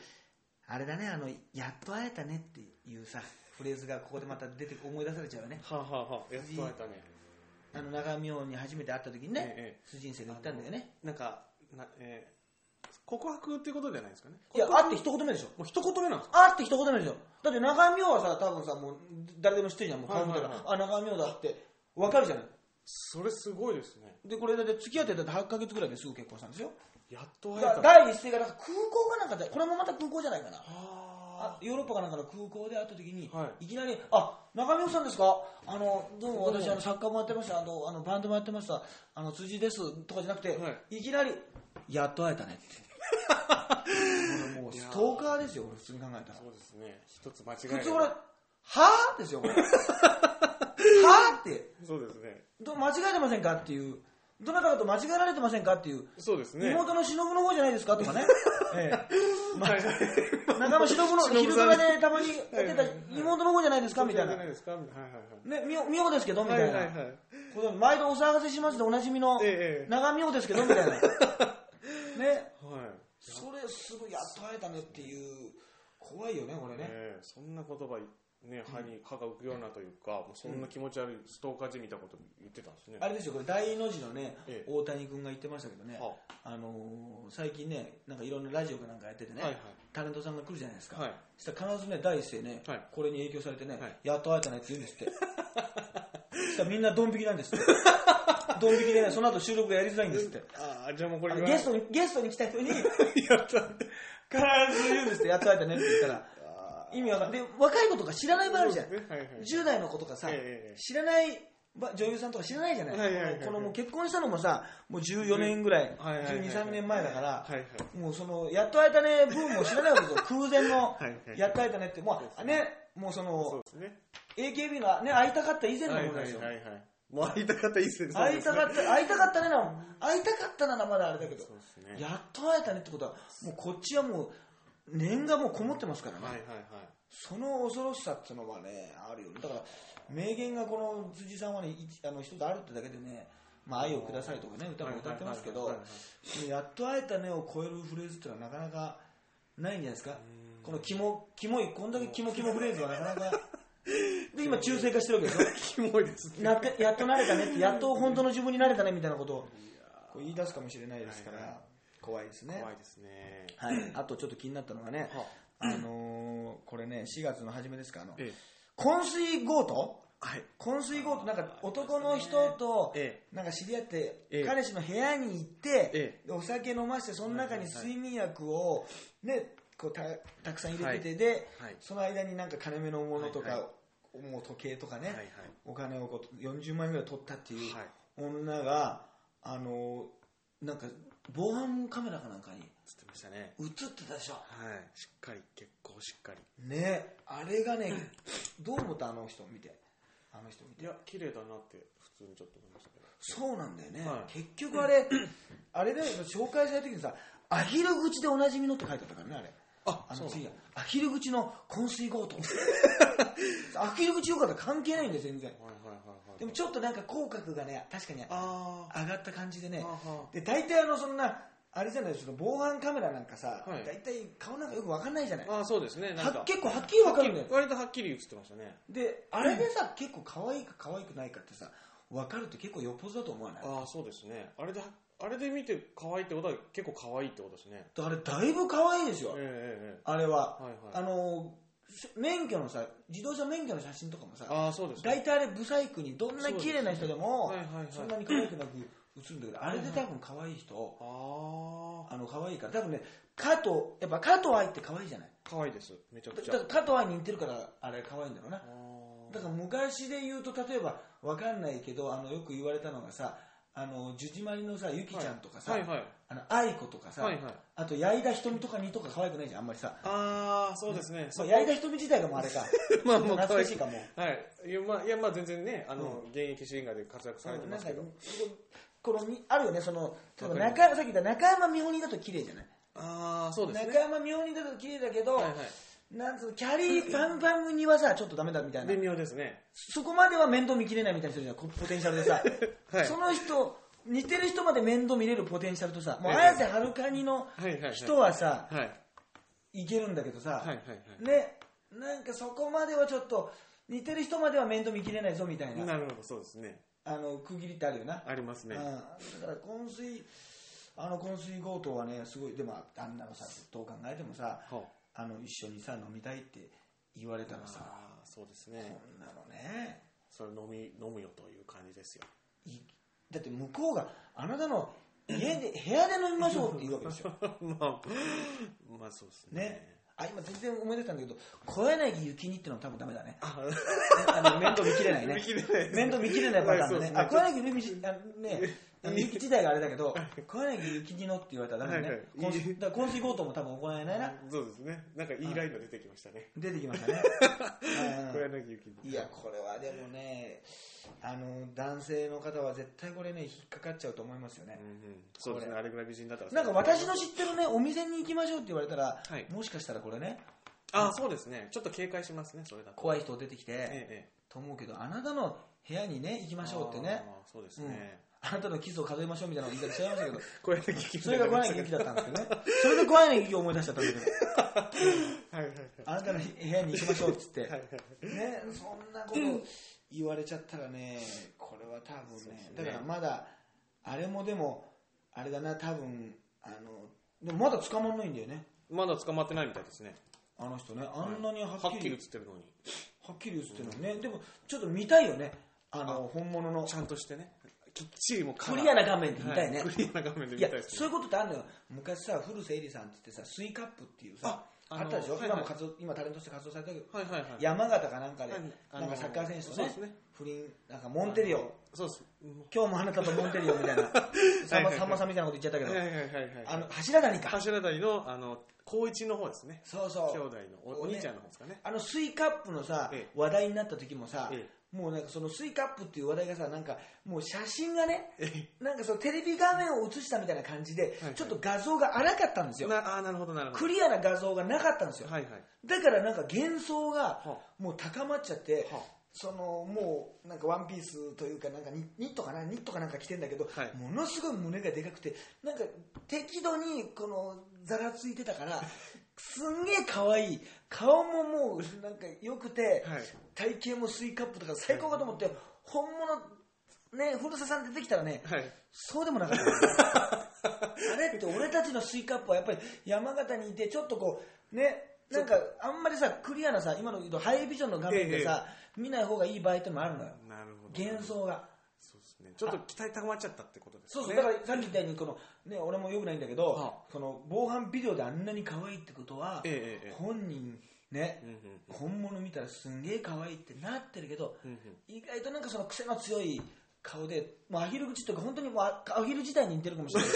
[SPEAKER 1] あれだねあのやっと会えたねっていうさフレーズがここでまた出て思い出されちゃうよね
[SPEAKER 2] はあ、はあはあ、やっと会えたね
[SPEAKER 1] あの長見に初めて会った時にね、
[SPEAKER 2] え
[SPEAKER 1] 主人生が言ったんだよね
[SPEAKER 2] なんか、なえー告白っていうことじゃないですかね。
[SPEAKER 1] いや会って一言目でしょ
[SPEAKER 2] もう一言目なんですか
[SPEAKER 1] 会って一言目でしょだって中見はさ多分さもう誰でも知ってるじゃんもう顔見たら、
[SPEAKER 2] はいはい
[SPEAKER 1] あ中見だって分かるじゃない
[SPEAKER 2] それすごいですね。
[SPEAKER 1] でこれだって付き合ってたって8ヶ月ぐらいですぐ結婚したんですよ
[SPEAKER 2] やっと会え
[SPEAKER 1] だ
[SPEAKER 2] た。
[SPEAKER 1] 第一声がなんか空港がなんかだこれもまた空港じゃないかなあ
[SPEAKER 2] あ
[SPEAKER 1] ヨーロッパかなんかの空港で会った時に、、
[SPEAKER 2] はい
[SPEAKER 1] きなり「あ中見さんですかあのどうも
[SPEAKER 2] どう
[SPEAKER 1] 私
[SPEAKER 2] も
[SPEAKER 1] あのサッカーもやってましたあのあのバンドもやってましたあの辻です」とかじゃなくて、、
[SPEAKER 2] はい
[SPEAKER 1] きなり「やっと会えたね」って俺もうストーカーですよ俺普通に考えた
[SPEAKER 2] ー
[SPEAKER 1] ら
[SPEAKER 2] そうですね。一つ間違
[SPEAKER 1] 普
[SPEAKER 2] え
[SPEAKER 1] 通
[SPEAKER 2] れ
[SPEAKER 1] 俺
[SPEAKER 2] ば。
[SPEAKER 1] 「はぁ?」ですよ 俺はぁ?」って
[SPEAKER 2] そうですね。
[SPEAKER 1] ど間違えてませんかっていうどなたかと間違えられてませんかっていう
[SPEAKER 2] そうですね。
[SPEAKER 1] 妹の忍の方じゃないですかとか ね、ええ
[SPEAKER 2] はいはい
[SPEAKER 1] 中間忍の
[SPEAKER 2] 忍
[SPEAKER 1] 昼
[SPEAKER 2] さ
[SPEAKER 1] ド
[SPEAKER 2] ん
[SPEAKER 1] ラでたまにやって
[SPEAKER 2] はい
[SPEAKER 1] た
[SPEAKER 2] はいはい
[SPEAKER 1] 妹の方じゃないでですかみたいな。
[SPEAKER 2] こちらじゃないですかはいはいはい。
[SPEAKER 1] ね、みよ、みよですけどみたいな。
[SPEAKER 2] はいはいはい。
[SPEAKER 1] これ毎度お騒がせしますでおなじみの、
[SPEAKER 2] ええ
[SPEAKER 1] 長みよですけどみたい な。ね。
[SPEAKER 2] はい。
[SPEAKER 1] それすごいやっと会えたねっていう、怖いよね、これね。
[SPEAKER 2] ね、そんな言葉、ね、歯に歯が浮くようなというか、もうそんな気持ち悪いストーカーじみたこと言ってたんですね。
[SPEAKER 1] あれですよ、これ大の字のね
[SPEAKER 2] ええ、
[SPEAKER 1] 大谷君が言ってましたけどね
[SPEAKER 2] は、
[SPEAKER 1] あのー、最近ね、なんかいろんなラジオかなんかやっててね
[SPEAKER 2] はいはい、
[SPEAKER 1] タレントさんが来るじゃないですか。
[SPEAKER 2] はい。
[SPEAKER 1] そしたら必ずね、第一声ね
[SPEAKER 2] はい、
[SPEAKER 1] これに影響されてね
[SPEAKER 2] はい、
[SPEAKER 1] やっと会えたねって言うんですって。 そしたらみんなドン引きなんですって。ドン引きでね、その後収録がやりづらいんですって。
[SPEAKER 2] ああ、じゃあもうこれ
[SPEAKER 1] あのゲストに、ゲストに来た人に、必
[SPEAKER 2] やったんで。
[SPEAKER 1] ず言うんですって、やっと会えたねって言ったら、 意味わかんない。で、若い子とか知らない場合あるじゃん。
[SPEAKER 2] そうですねはいはい
[SPEAKER 1] 10代の子とかさ、
[SPEAKER 2] ええ
[SPEAKER 1] 知らないば女優さんとか知らないじゃない。
[SPEAKER 2] はいはいはいはい
[SPEAKER 1] このもう結婚したのもさ、もう14年ぐらい、
[SPEAKER 2] はいはいはいはい
[SPEAKER 1] 12、3年前だから、
[SPEAKER 2] はいはい
[SPEAKER 1] もうその、やっと会えたね、ブームを知らないわけ ですよ。空前の
[SPEAKER 2] はいは、い
[SPEAKER 1] やっと会えたねって、もう、ね、もうそ
[SPEAKER 2] そ
[SPEAKER 1] の
[SPEAKER 2] う、ですね。
[SPEAKER 1] AKB のね、会いたかった以前の
[SPEAKER 2] はい
[SPEAKER 1] もの
[SPEAKER 2] は
[SPEAKER 1] で
[SPEAKER 2] い
[SPEAKER 1] すよ。
[SPEAKER 2] はいはい。もう会いたかったいいですね。
[SPEAKER 1] 会いたかった、会いたかったねなの、会いたかったならまだあれだけど
[SPEAKER 2] そう、ですね。
[SPEAKER 1] やっと会えたねってことは、もうこっちはもう、念がもうこもってますからね。
[SPEAKER 2] はいはいはい。
[SPEAKER 1] その恐ろしさっていうのはね、あるよね。だから、名言がこの辻さんはね、一あの一つあるってだけでね、まあ、愛をくださいとかね、歌も歌ってますけ
[SPEAKER 2] はい
[SPEAKER 1] ど
[SPEAKER 2] はいはいは、
[SPEAKER 1] やっと会えたねを超えるフレーズってのはなかなかないんじゃないですか。このキモ、キモい、こんだけキモキモフレーズはなかな か。で、今、中性化してるわけでしょ。
[SPEAKER 2] キモいですね。
[SPEAKER 1] なってやっと慣れたね ってやっと本当の自分になれたねみたいなことをこう言い出すかもしれないですから、
[SPEAKER 2] はいはい
[SPEAKER 1] 怖いですね
[SPEAKER 2] 怖いですね。
[SPEAKER 1] はい、あとちょっと気になったのがね、
[SPEAKER 2] は
[SPEAKER 1] あのーこれね4月の初めですかあの、
[SPEAKER 2] ええ
[SPEAKER 1] 昏睡強盗
[SPEAKER 2] はい。
[SPEAKER 1] 昏睡強盗なんか男の人と
[SPEAKER 2] え
[SPEAKER 1] なんか知り合って、
[SPEAKER 2] ええ
[SPEAKER 1] 彼氏の部屋に行って、
[SPEAKER 2] え
[SPEAKER 1] でお酒飲ませてその中に睡眠薬を、ね、こうたたくさん入れてて、
[SPEAKER 2] はい
[SPEAKER 1] で
[SPEAKER 2] はい
[SPEAKER 1] その間になんか金目のものとか、
[SPEAKER 2] はいは
[SPEAKER 1] もう時計とかね、
[SPEAKER 2] はいはい
[SPEAKER 1] お金をこう40万円ぐらい取ったっていう
[SPEAKER 2] はい
[SPEAKER 1] 女が、あのなんか防犯カメラかなんかに
[SPEAKER 2] つってましたね。
[SPEAKER 1] 映ってたでしょ。
[SPEAKER 2] はい。しっかり、結構しっかり。
[SPEAKER 1] ねあれがねどう思ったあの人見てあの人見て
[SPEAKER 2] いや、綺麗だなって、普通にちょっと思いましたけど。
[SPEAKER 1] そうなんだよね、
[SPEAKER 2] はい
[SPEAKER 1] 結局あれあれだよ紹介された時にさ「アヒル口でおなじみの」って書いてあったからねあれ
[SPEAKER 2] あ
[SPEAKER 1] あ
[SPEAKER 2] そ
[SPEAKER 1] の
[SPEAKER 2] う
[SPEAKER 1] 次がアヒル口の昏睡強 盗アヒル口よかったら関係ないんだよ全然
[SPEAKER 2] はいはいはいはい。
[SPEAKER 1] でもちょっとなんか口角がね確かに
[SPEAKER 2] あ
[SPEAKER 1] 上がった感じでね
[SPEAKER 2] あは
[SPEAKER 1] で大体あのそんなあれじゃないその防犯カメラなんかさ、
[SPEAKER 2] はい
[SPEAKER 1] 大体顔なんかよくわかんないじゃない
[SPEAKER 2] あ。ああ、そうですね。なん
[SPEAKER 1] は
[SPEAKER 2] か。
[SPEAKER 1] 結構はっきりわかるんだよ
[SPEAKER 2] 割とはっきり映ってましたね。
[SPEAKER 1] であれでさ、結構可愛いか可愛くないかってさ分かるって結構よっぽどだと思わない
[SPEAKER 2] ああ、そうですね。あれで、あれで見て可愛いってことは結構可愛いってことですね。
[SPEAKER 1] あれだいぶ可愛いですよ、
[SPEAKER 2] えええええ
[SPEAKER 1] あれは、
[SPEAKER 2] はいはい
[SPEAKER 1] あのし免許のさ自動車免許の写真とかも
[SPEAKER 2] え。
[SPEAKER 1] さ
[SPEAKER 2] ああ、そうですね。
[SPEAKER 1] 大体あれブサイクにどんな綺麗な人でも
[SPEAKER 2] そうですはいはいはい
[SPEAKER 1] そんなに可愛くなく写るんだけどあれで多分可愛い人
[SPEAKER 2] ああ。
[SPEAKER 1] あの可愛いから多分ね加藤やっぱ加藤愛って可愛いじゃない
[SPEAKER 2] 可愛いです。めちゃく
[SPEAKER 1] だ
[SPEAKER 2] ち
[SPEAKER 1] だ
[SPEAKER 2] ゃ。
[SPEAKER 1] から加藤愛に似てるからあれ可愛いんだろうな
[SPEAKER 2] あー
[SPEAKER 1] だから昔で言うと例えばわかんないけどあのよく言われたのがさあのジュジマリのさゆきちゃんとかさ、
[SPEAKER 2] はいはいはい
[SPEAKER 1] あの愛子とかさ、
[SPEAKER 2] はいはい
[SPEAKER 1] あと矢井田瞳とかにとか可愛くないじゃんあんまりさ、
[SPEAKER 2] ああ、そうですね。
[SPEAKER 1] ま
[SPEAKER 2] そ
[SPEAKER 1] あ、
[SPEAKER 2] う
[SPEAKER 1] 矢井田瞳自体がもうあれか
[SPEAKER 2] まあもう
[SPEAKER 1] 懐かしいかも
[SPEAKER 2] はい。いや、まあ、いやまあ全然ね、あの、現役シンガーで活躍されて
[SPEAKER 1] な
[SPEAKER 2] ま
[SPEAKER 1] ん
[SPEAKER 2] す
[SPEAKER 1] か
[SPEAKER 2] けど。
[SPEAKER 1] このにあるよねその例えば
[SPEAKER 2] わかり
[SPEAKER 1] 中さっき言った中山美穂にだと綺麗じゃない、
[SPEAKER 2] ああ、そうですね。
[SPEAKER 1] 中山美穂にだと綺麗だけど、
[SPEAKER 2] はいは
[SPEAKER 1] なんつうのキャリーパンパンにはさちょっとダメだみたい
[SPEAKER 2] い。
[SPEAKER 1] な
[SPEAKER 2] 微妙ですね。
[SPEAKER 1] そこまでは面倒見きれないみたいな人じゃん、こポテンシャルでさ、
[SPEAKER 2] はい
[SPEAKER 1] その人、似てる人まで面倒見れるポテンシャルとさ、もう
[SPEAKER 2] ええ
[SPEAKER 1] 綾瀬はるかにの
[SPEAKER 2] はいはいはい
[SPEAKER 1] 人はさ、
[SPEAKER 2] はい。はい
[SPEAKER 1] いけるんだけどさ、
[SPEAKER 2] はいはい。
[SPEAKER 1] ね、なんかそこまではちょっと、似てる人までは面倒見きれないぞみたいな、
[SPEAKER 2] なるほど、そうですね。
[SPEAKER 1] あの区切りってあるよな。
[SPEAKER 2] あります
[SPEAKER 1] うん、だ
[SPEAKER 2] ね。
[SPEAKER 1] から昏睡、あの昏睡強盗はね、すごい、でもあんなのさ、どう考えてもさ、
[SPEAKER 2] は
[SPEAKER 1] あの一緒にさ、飲みたいって言われたら
[SPEAKER 2] あ
[SPEAKER 1] さ、
[SPEAKER 2] あー、そうです
[SPEAKER 1] こ
[SPEAKER 2] ね。
[SPEAKER 1] んなのね。
[SPEAKER 2] それ飲み、飲むよという感じです よ。
[SPEAKER 1] いだって向こうがあなたの家で部屋で飲みましょうって言うわけですよ、
[SPEAKER 2] まあ、まあそうですね。
[SPEAKER 1] ね、あ今全然思い出したんだけど小柳ゆきにってのは多分ダメだね
[SPEAKER 2] あ
[SPEAKER 1] あの面倒見きれないね
[SPEAKER 2] 見切れないですね
[SPEAKER 1] 面倒見きれないパターンだね,、
[SPEAKER 2] はい
[SPEAKER 1] あ
[SPEAKER 2] そう
[SPEAKER 1] 小柳ゆきにあのねあのゆき時代があれだけど小柳ゆきにのって言われたらダメだね、
[SPEAKER 2] はいはい
[SPEAKER 1] こんだから今週強盗も多分行えないな
[SPEAKER 2] そうですね。なんかいいラインが出てきましたね。
[SPEAKER 1] 出てきましたね、
[SPEAKER 2] 小
[SPEAKER 1] うん
[SPEAKER 2] 柳ゆきに。
[SPEAKER 1] いやこれはでもねあの男性の方は絶対これね引っかかっちゃうと思いますよね、
[SPEAKER 2] うんうん。そうですね。あれぐらい美人だったら。
[SPEAKER 1] なんか私の知ってるね、お店に行きましょうって言われたら、
[SPEAKER 2] はい
[SPEAKER 1] もしかしたらこれね、
[SPEAKER 2] ああ、そうですね。ちょっと警戒しますね、それだと。
[SPEAKER 1] 怖い人出てきて、
[SPEAKER 2] ええ、ええ。
[SPEAKER 1] と思うけどあなたの部屋にね行きましょうってね
[SPEAKER 2] あー。そうですね。
[SPEAKER 1] あなたのキスを数えましょうみたいなの言い方しちゃいま したけど
[SPEAKER 2] こうやって聞き
[SPEAKER 1] それが怖い劇だったんですけどねそれで怖い劇を思い出しちゃったんだけど
[SPEAKER 2] はいはい
[SPEAKER 1] あなたの部屋に行きましょうっつって、
[SPEAKER 2] はいはい。
[SPEAKER 1] ね、そんなこと言われちゃったらね、これは多分
[SPEAKER 2] そうで
[SPEAKER 1] ね
[SPEAKER 2] す、ね
[SPEAKER 1] だからまだ、あれもでも、あれだな、多分あのでもまだ捕まんないんだよね、
[SPEAKER 2] まだ捕まってないみたいですね。
[SPEAKER 1] あの人ね、あんなには
[SPEAKER 2] は
[SPEAKER 1] っ
[SPEAKER 2] っ
[SPEAKER 1] き
[SPEAKER 2] き
[SPEAKER 1] り
[SPEAKER 2] り映ってるのに。
[SPEAKER 1] はっきり映ってるのね、でもちょっと見たいよね、あ
[SPEAKER 2] あ
[SPEAKER 1] の本物の
[SPEAKER 2] ち、ゃんとしてね。きっちりもうカ
[SPEAKER 1] ク
[SPEAKER 2] ラー
[SPEAKER 1] リアな画面で見たいね。
[SPEAKER 2] はクリアな画面
[SPEAKER 1] い
[SPEAKER 2] で見
[SPEAKER 1] や
[SPEAKER 2] たいです
[SPEAKER 1] そ
[SPEAKER 2] ね。
[SPEAKER 1] ういうことってあるのよ昔さ古瀬絵里さんって言ってさスイカップっていうさあ
[SPEAKER 2] ああの
[SPEAKER 1] ったでしょ、
[SPEAKER 2] はいはい
[SPEAKER 1] 今も活動今タレントとして活動されてるけど、
[SPEAKER 2] はいはいはい。
[SPEAKER 1] 山形かなんかで、
[SPEAKER 2] はいあ
[SPEAKER 1] な
[SPEAKER 2] の
[SPEAKER 1] んかサッカー選手と
[SPEAKER 2] そう
[SPEAKER 1] ね
[SPEAKER 2] ですね
[SPEAKER 1] 不倫なんかモンテリオ
[SPEAKER 2] そうです。うん
[SPEAKER 1] 今日もあなたとモンテリオみ たいなさんまさんまさんみたいなこと言っちゃったけど、
[SPEAKER 2] はいはいはいはい。
[SPEAKER 1] あの柱谷か
[SPEAKER 2] 柱谷の、あの、高一の方ですね。
[SPEAKER 1] そう
[SPEAKER 2] 兄
[SPEAKER 1] そう
[SPEAKER 2] 弟のおお兄ちゃんの方ですかね。
[SPEAKER 1] あのスイカップのさ、
[SPEAKER 2] ええ
[SPEAKER 1] 話題になった時もさ、
[SPEAKER 2] え
[SPEAKER 1] もうなんかそのスイカップっていう話題がさなんかもう写真がね
[SPEAKER 2] ええ
[SPEAKER 1] なんかそのテレビ画面を映したみたいな感じで、
[SPEAKER 2] はいはい
[SPEAKER 1] ちょっと画像が荒かったんですよ
[SPEAKER 2] なあーなるほどなるほど
[SPEAKER 1] クリアな画像がなかったんですよ、
[SPEAKER 2] はいはい
[SPEAKER 1] だからなんか幻想が
[SPEAKER 2] は
[SPEAKER 1] もう高まっちゃって、
[SPEAKER 2] は
[SPEAKER 1] そのもうなんかワンピースというかなんかニニットかなニットかなんか着てんだけど、
[SPEAKER 2] はい
[SPEAKER 1] ものすごい胸がでかくてなんか適度にこのざらついてたから すんげえ可愛い顔ももうなんか良くて、
[SPEAKER 2] はい
[SPEAKER 1] 体型もスイカップだから最高かと思って、本物ね古瀬さん出てきたらね、
[SPEAKER 2] はい
[SPEAKER 1] そうでもなかった あれって俺たちのスイカップはやっぱり山形にいてちょっとこうねなんかあんまりさクリアなさ今の言うとハイビジョンの画面でさ、見ない方がいい場合ってのもあるのよ
[SPEAKER 2] なるほど
[SPEAKER 1] 幻想が
[SPEAKER 2] そうですねちょっと期待高まっちゃったってことです
[SPEAKER 1] そう
[SPEAKER 2] ね
[SPEAKER 1] そうだからさっき言ったようにこの、ね、俺もよくないんだけど、
[SPEAKER 2] は
[SPEAKER 1] その防犯ビデオであんなに可愛いってことは、
[SPEAKER 2] ええええ
[SPEAKER 1] 本人ね、
[SPEAKER 2] うんうん
[SPEAKER 1] 本物見たらすんげえ可愛いってなってるけど、
[SPEAKER 2] うんうん
[SPEAKER 1] 意外となんかその癖の強い顔で、もうアヒル口というか、本当にもうあアヒル自体に似てるかもしれ ない。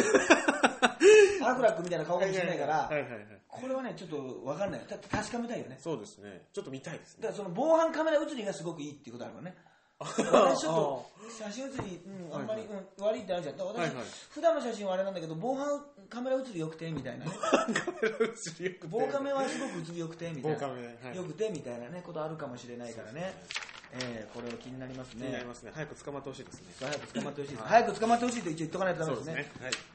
[SPEAKER 1] アフラックみたいな顔かもしれないか
[SPEAKER 2] は
[SPEAKER 1] ら
[SPEAKER 2] い、はいはい
[SPEAKER 1] これはね、ちょっとわかんない。た確かめたいよね。
[SPEAKER 2] そうですねちょっと見たいです
[SPEAKER 1] だか
[SPEAKER 2] ね
[SPEAKER 1] らその防犯カメラ映りがすごくいいっていうことある からね。私ちょっと写真写り、うん、あんまり、
[SPEAKER 2] は
[SPEAKER 1] うん、悪いってあるじゃん。だから私、
[SPEAKER 2] はいはい
[SPEAKER 1] 普段の写真はあれなんだけど、防犯カメラ写りよくてみたい なね。
[SPEAKER 2] カメラ映りよくて
[SPEAKER 1] 防カメはすごく写りよくてみたいな。
[SPEAKER 2] 防カメはい
[SPEAKER 1] よくてみたいなね、ことあるかもしれないからね。えーこれは気になります
[SPEAKER 2] 気にな
[SPEAKER 1] ね
[SPEAKER 2] り。ますね早く捕まってほしいですね
[SPEAKER 1] 早く捕まってほしいです、早く捕まってほしいと一応言っとかないとダメですね
[SPEAKER 2] はい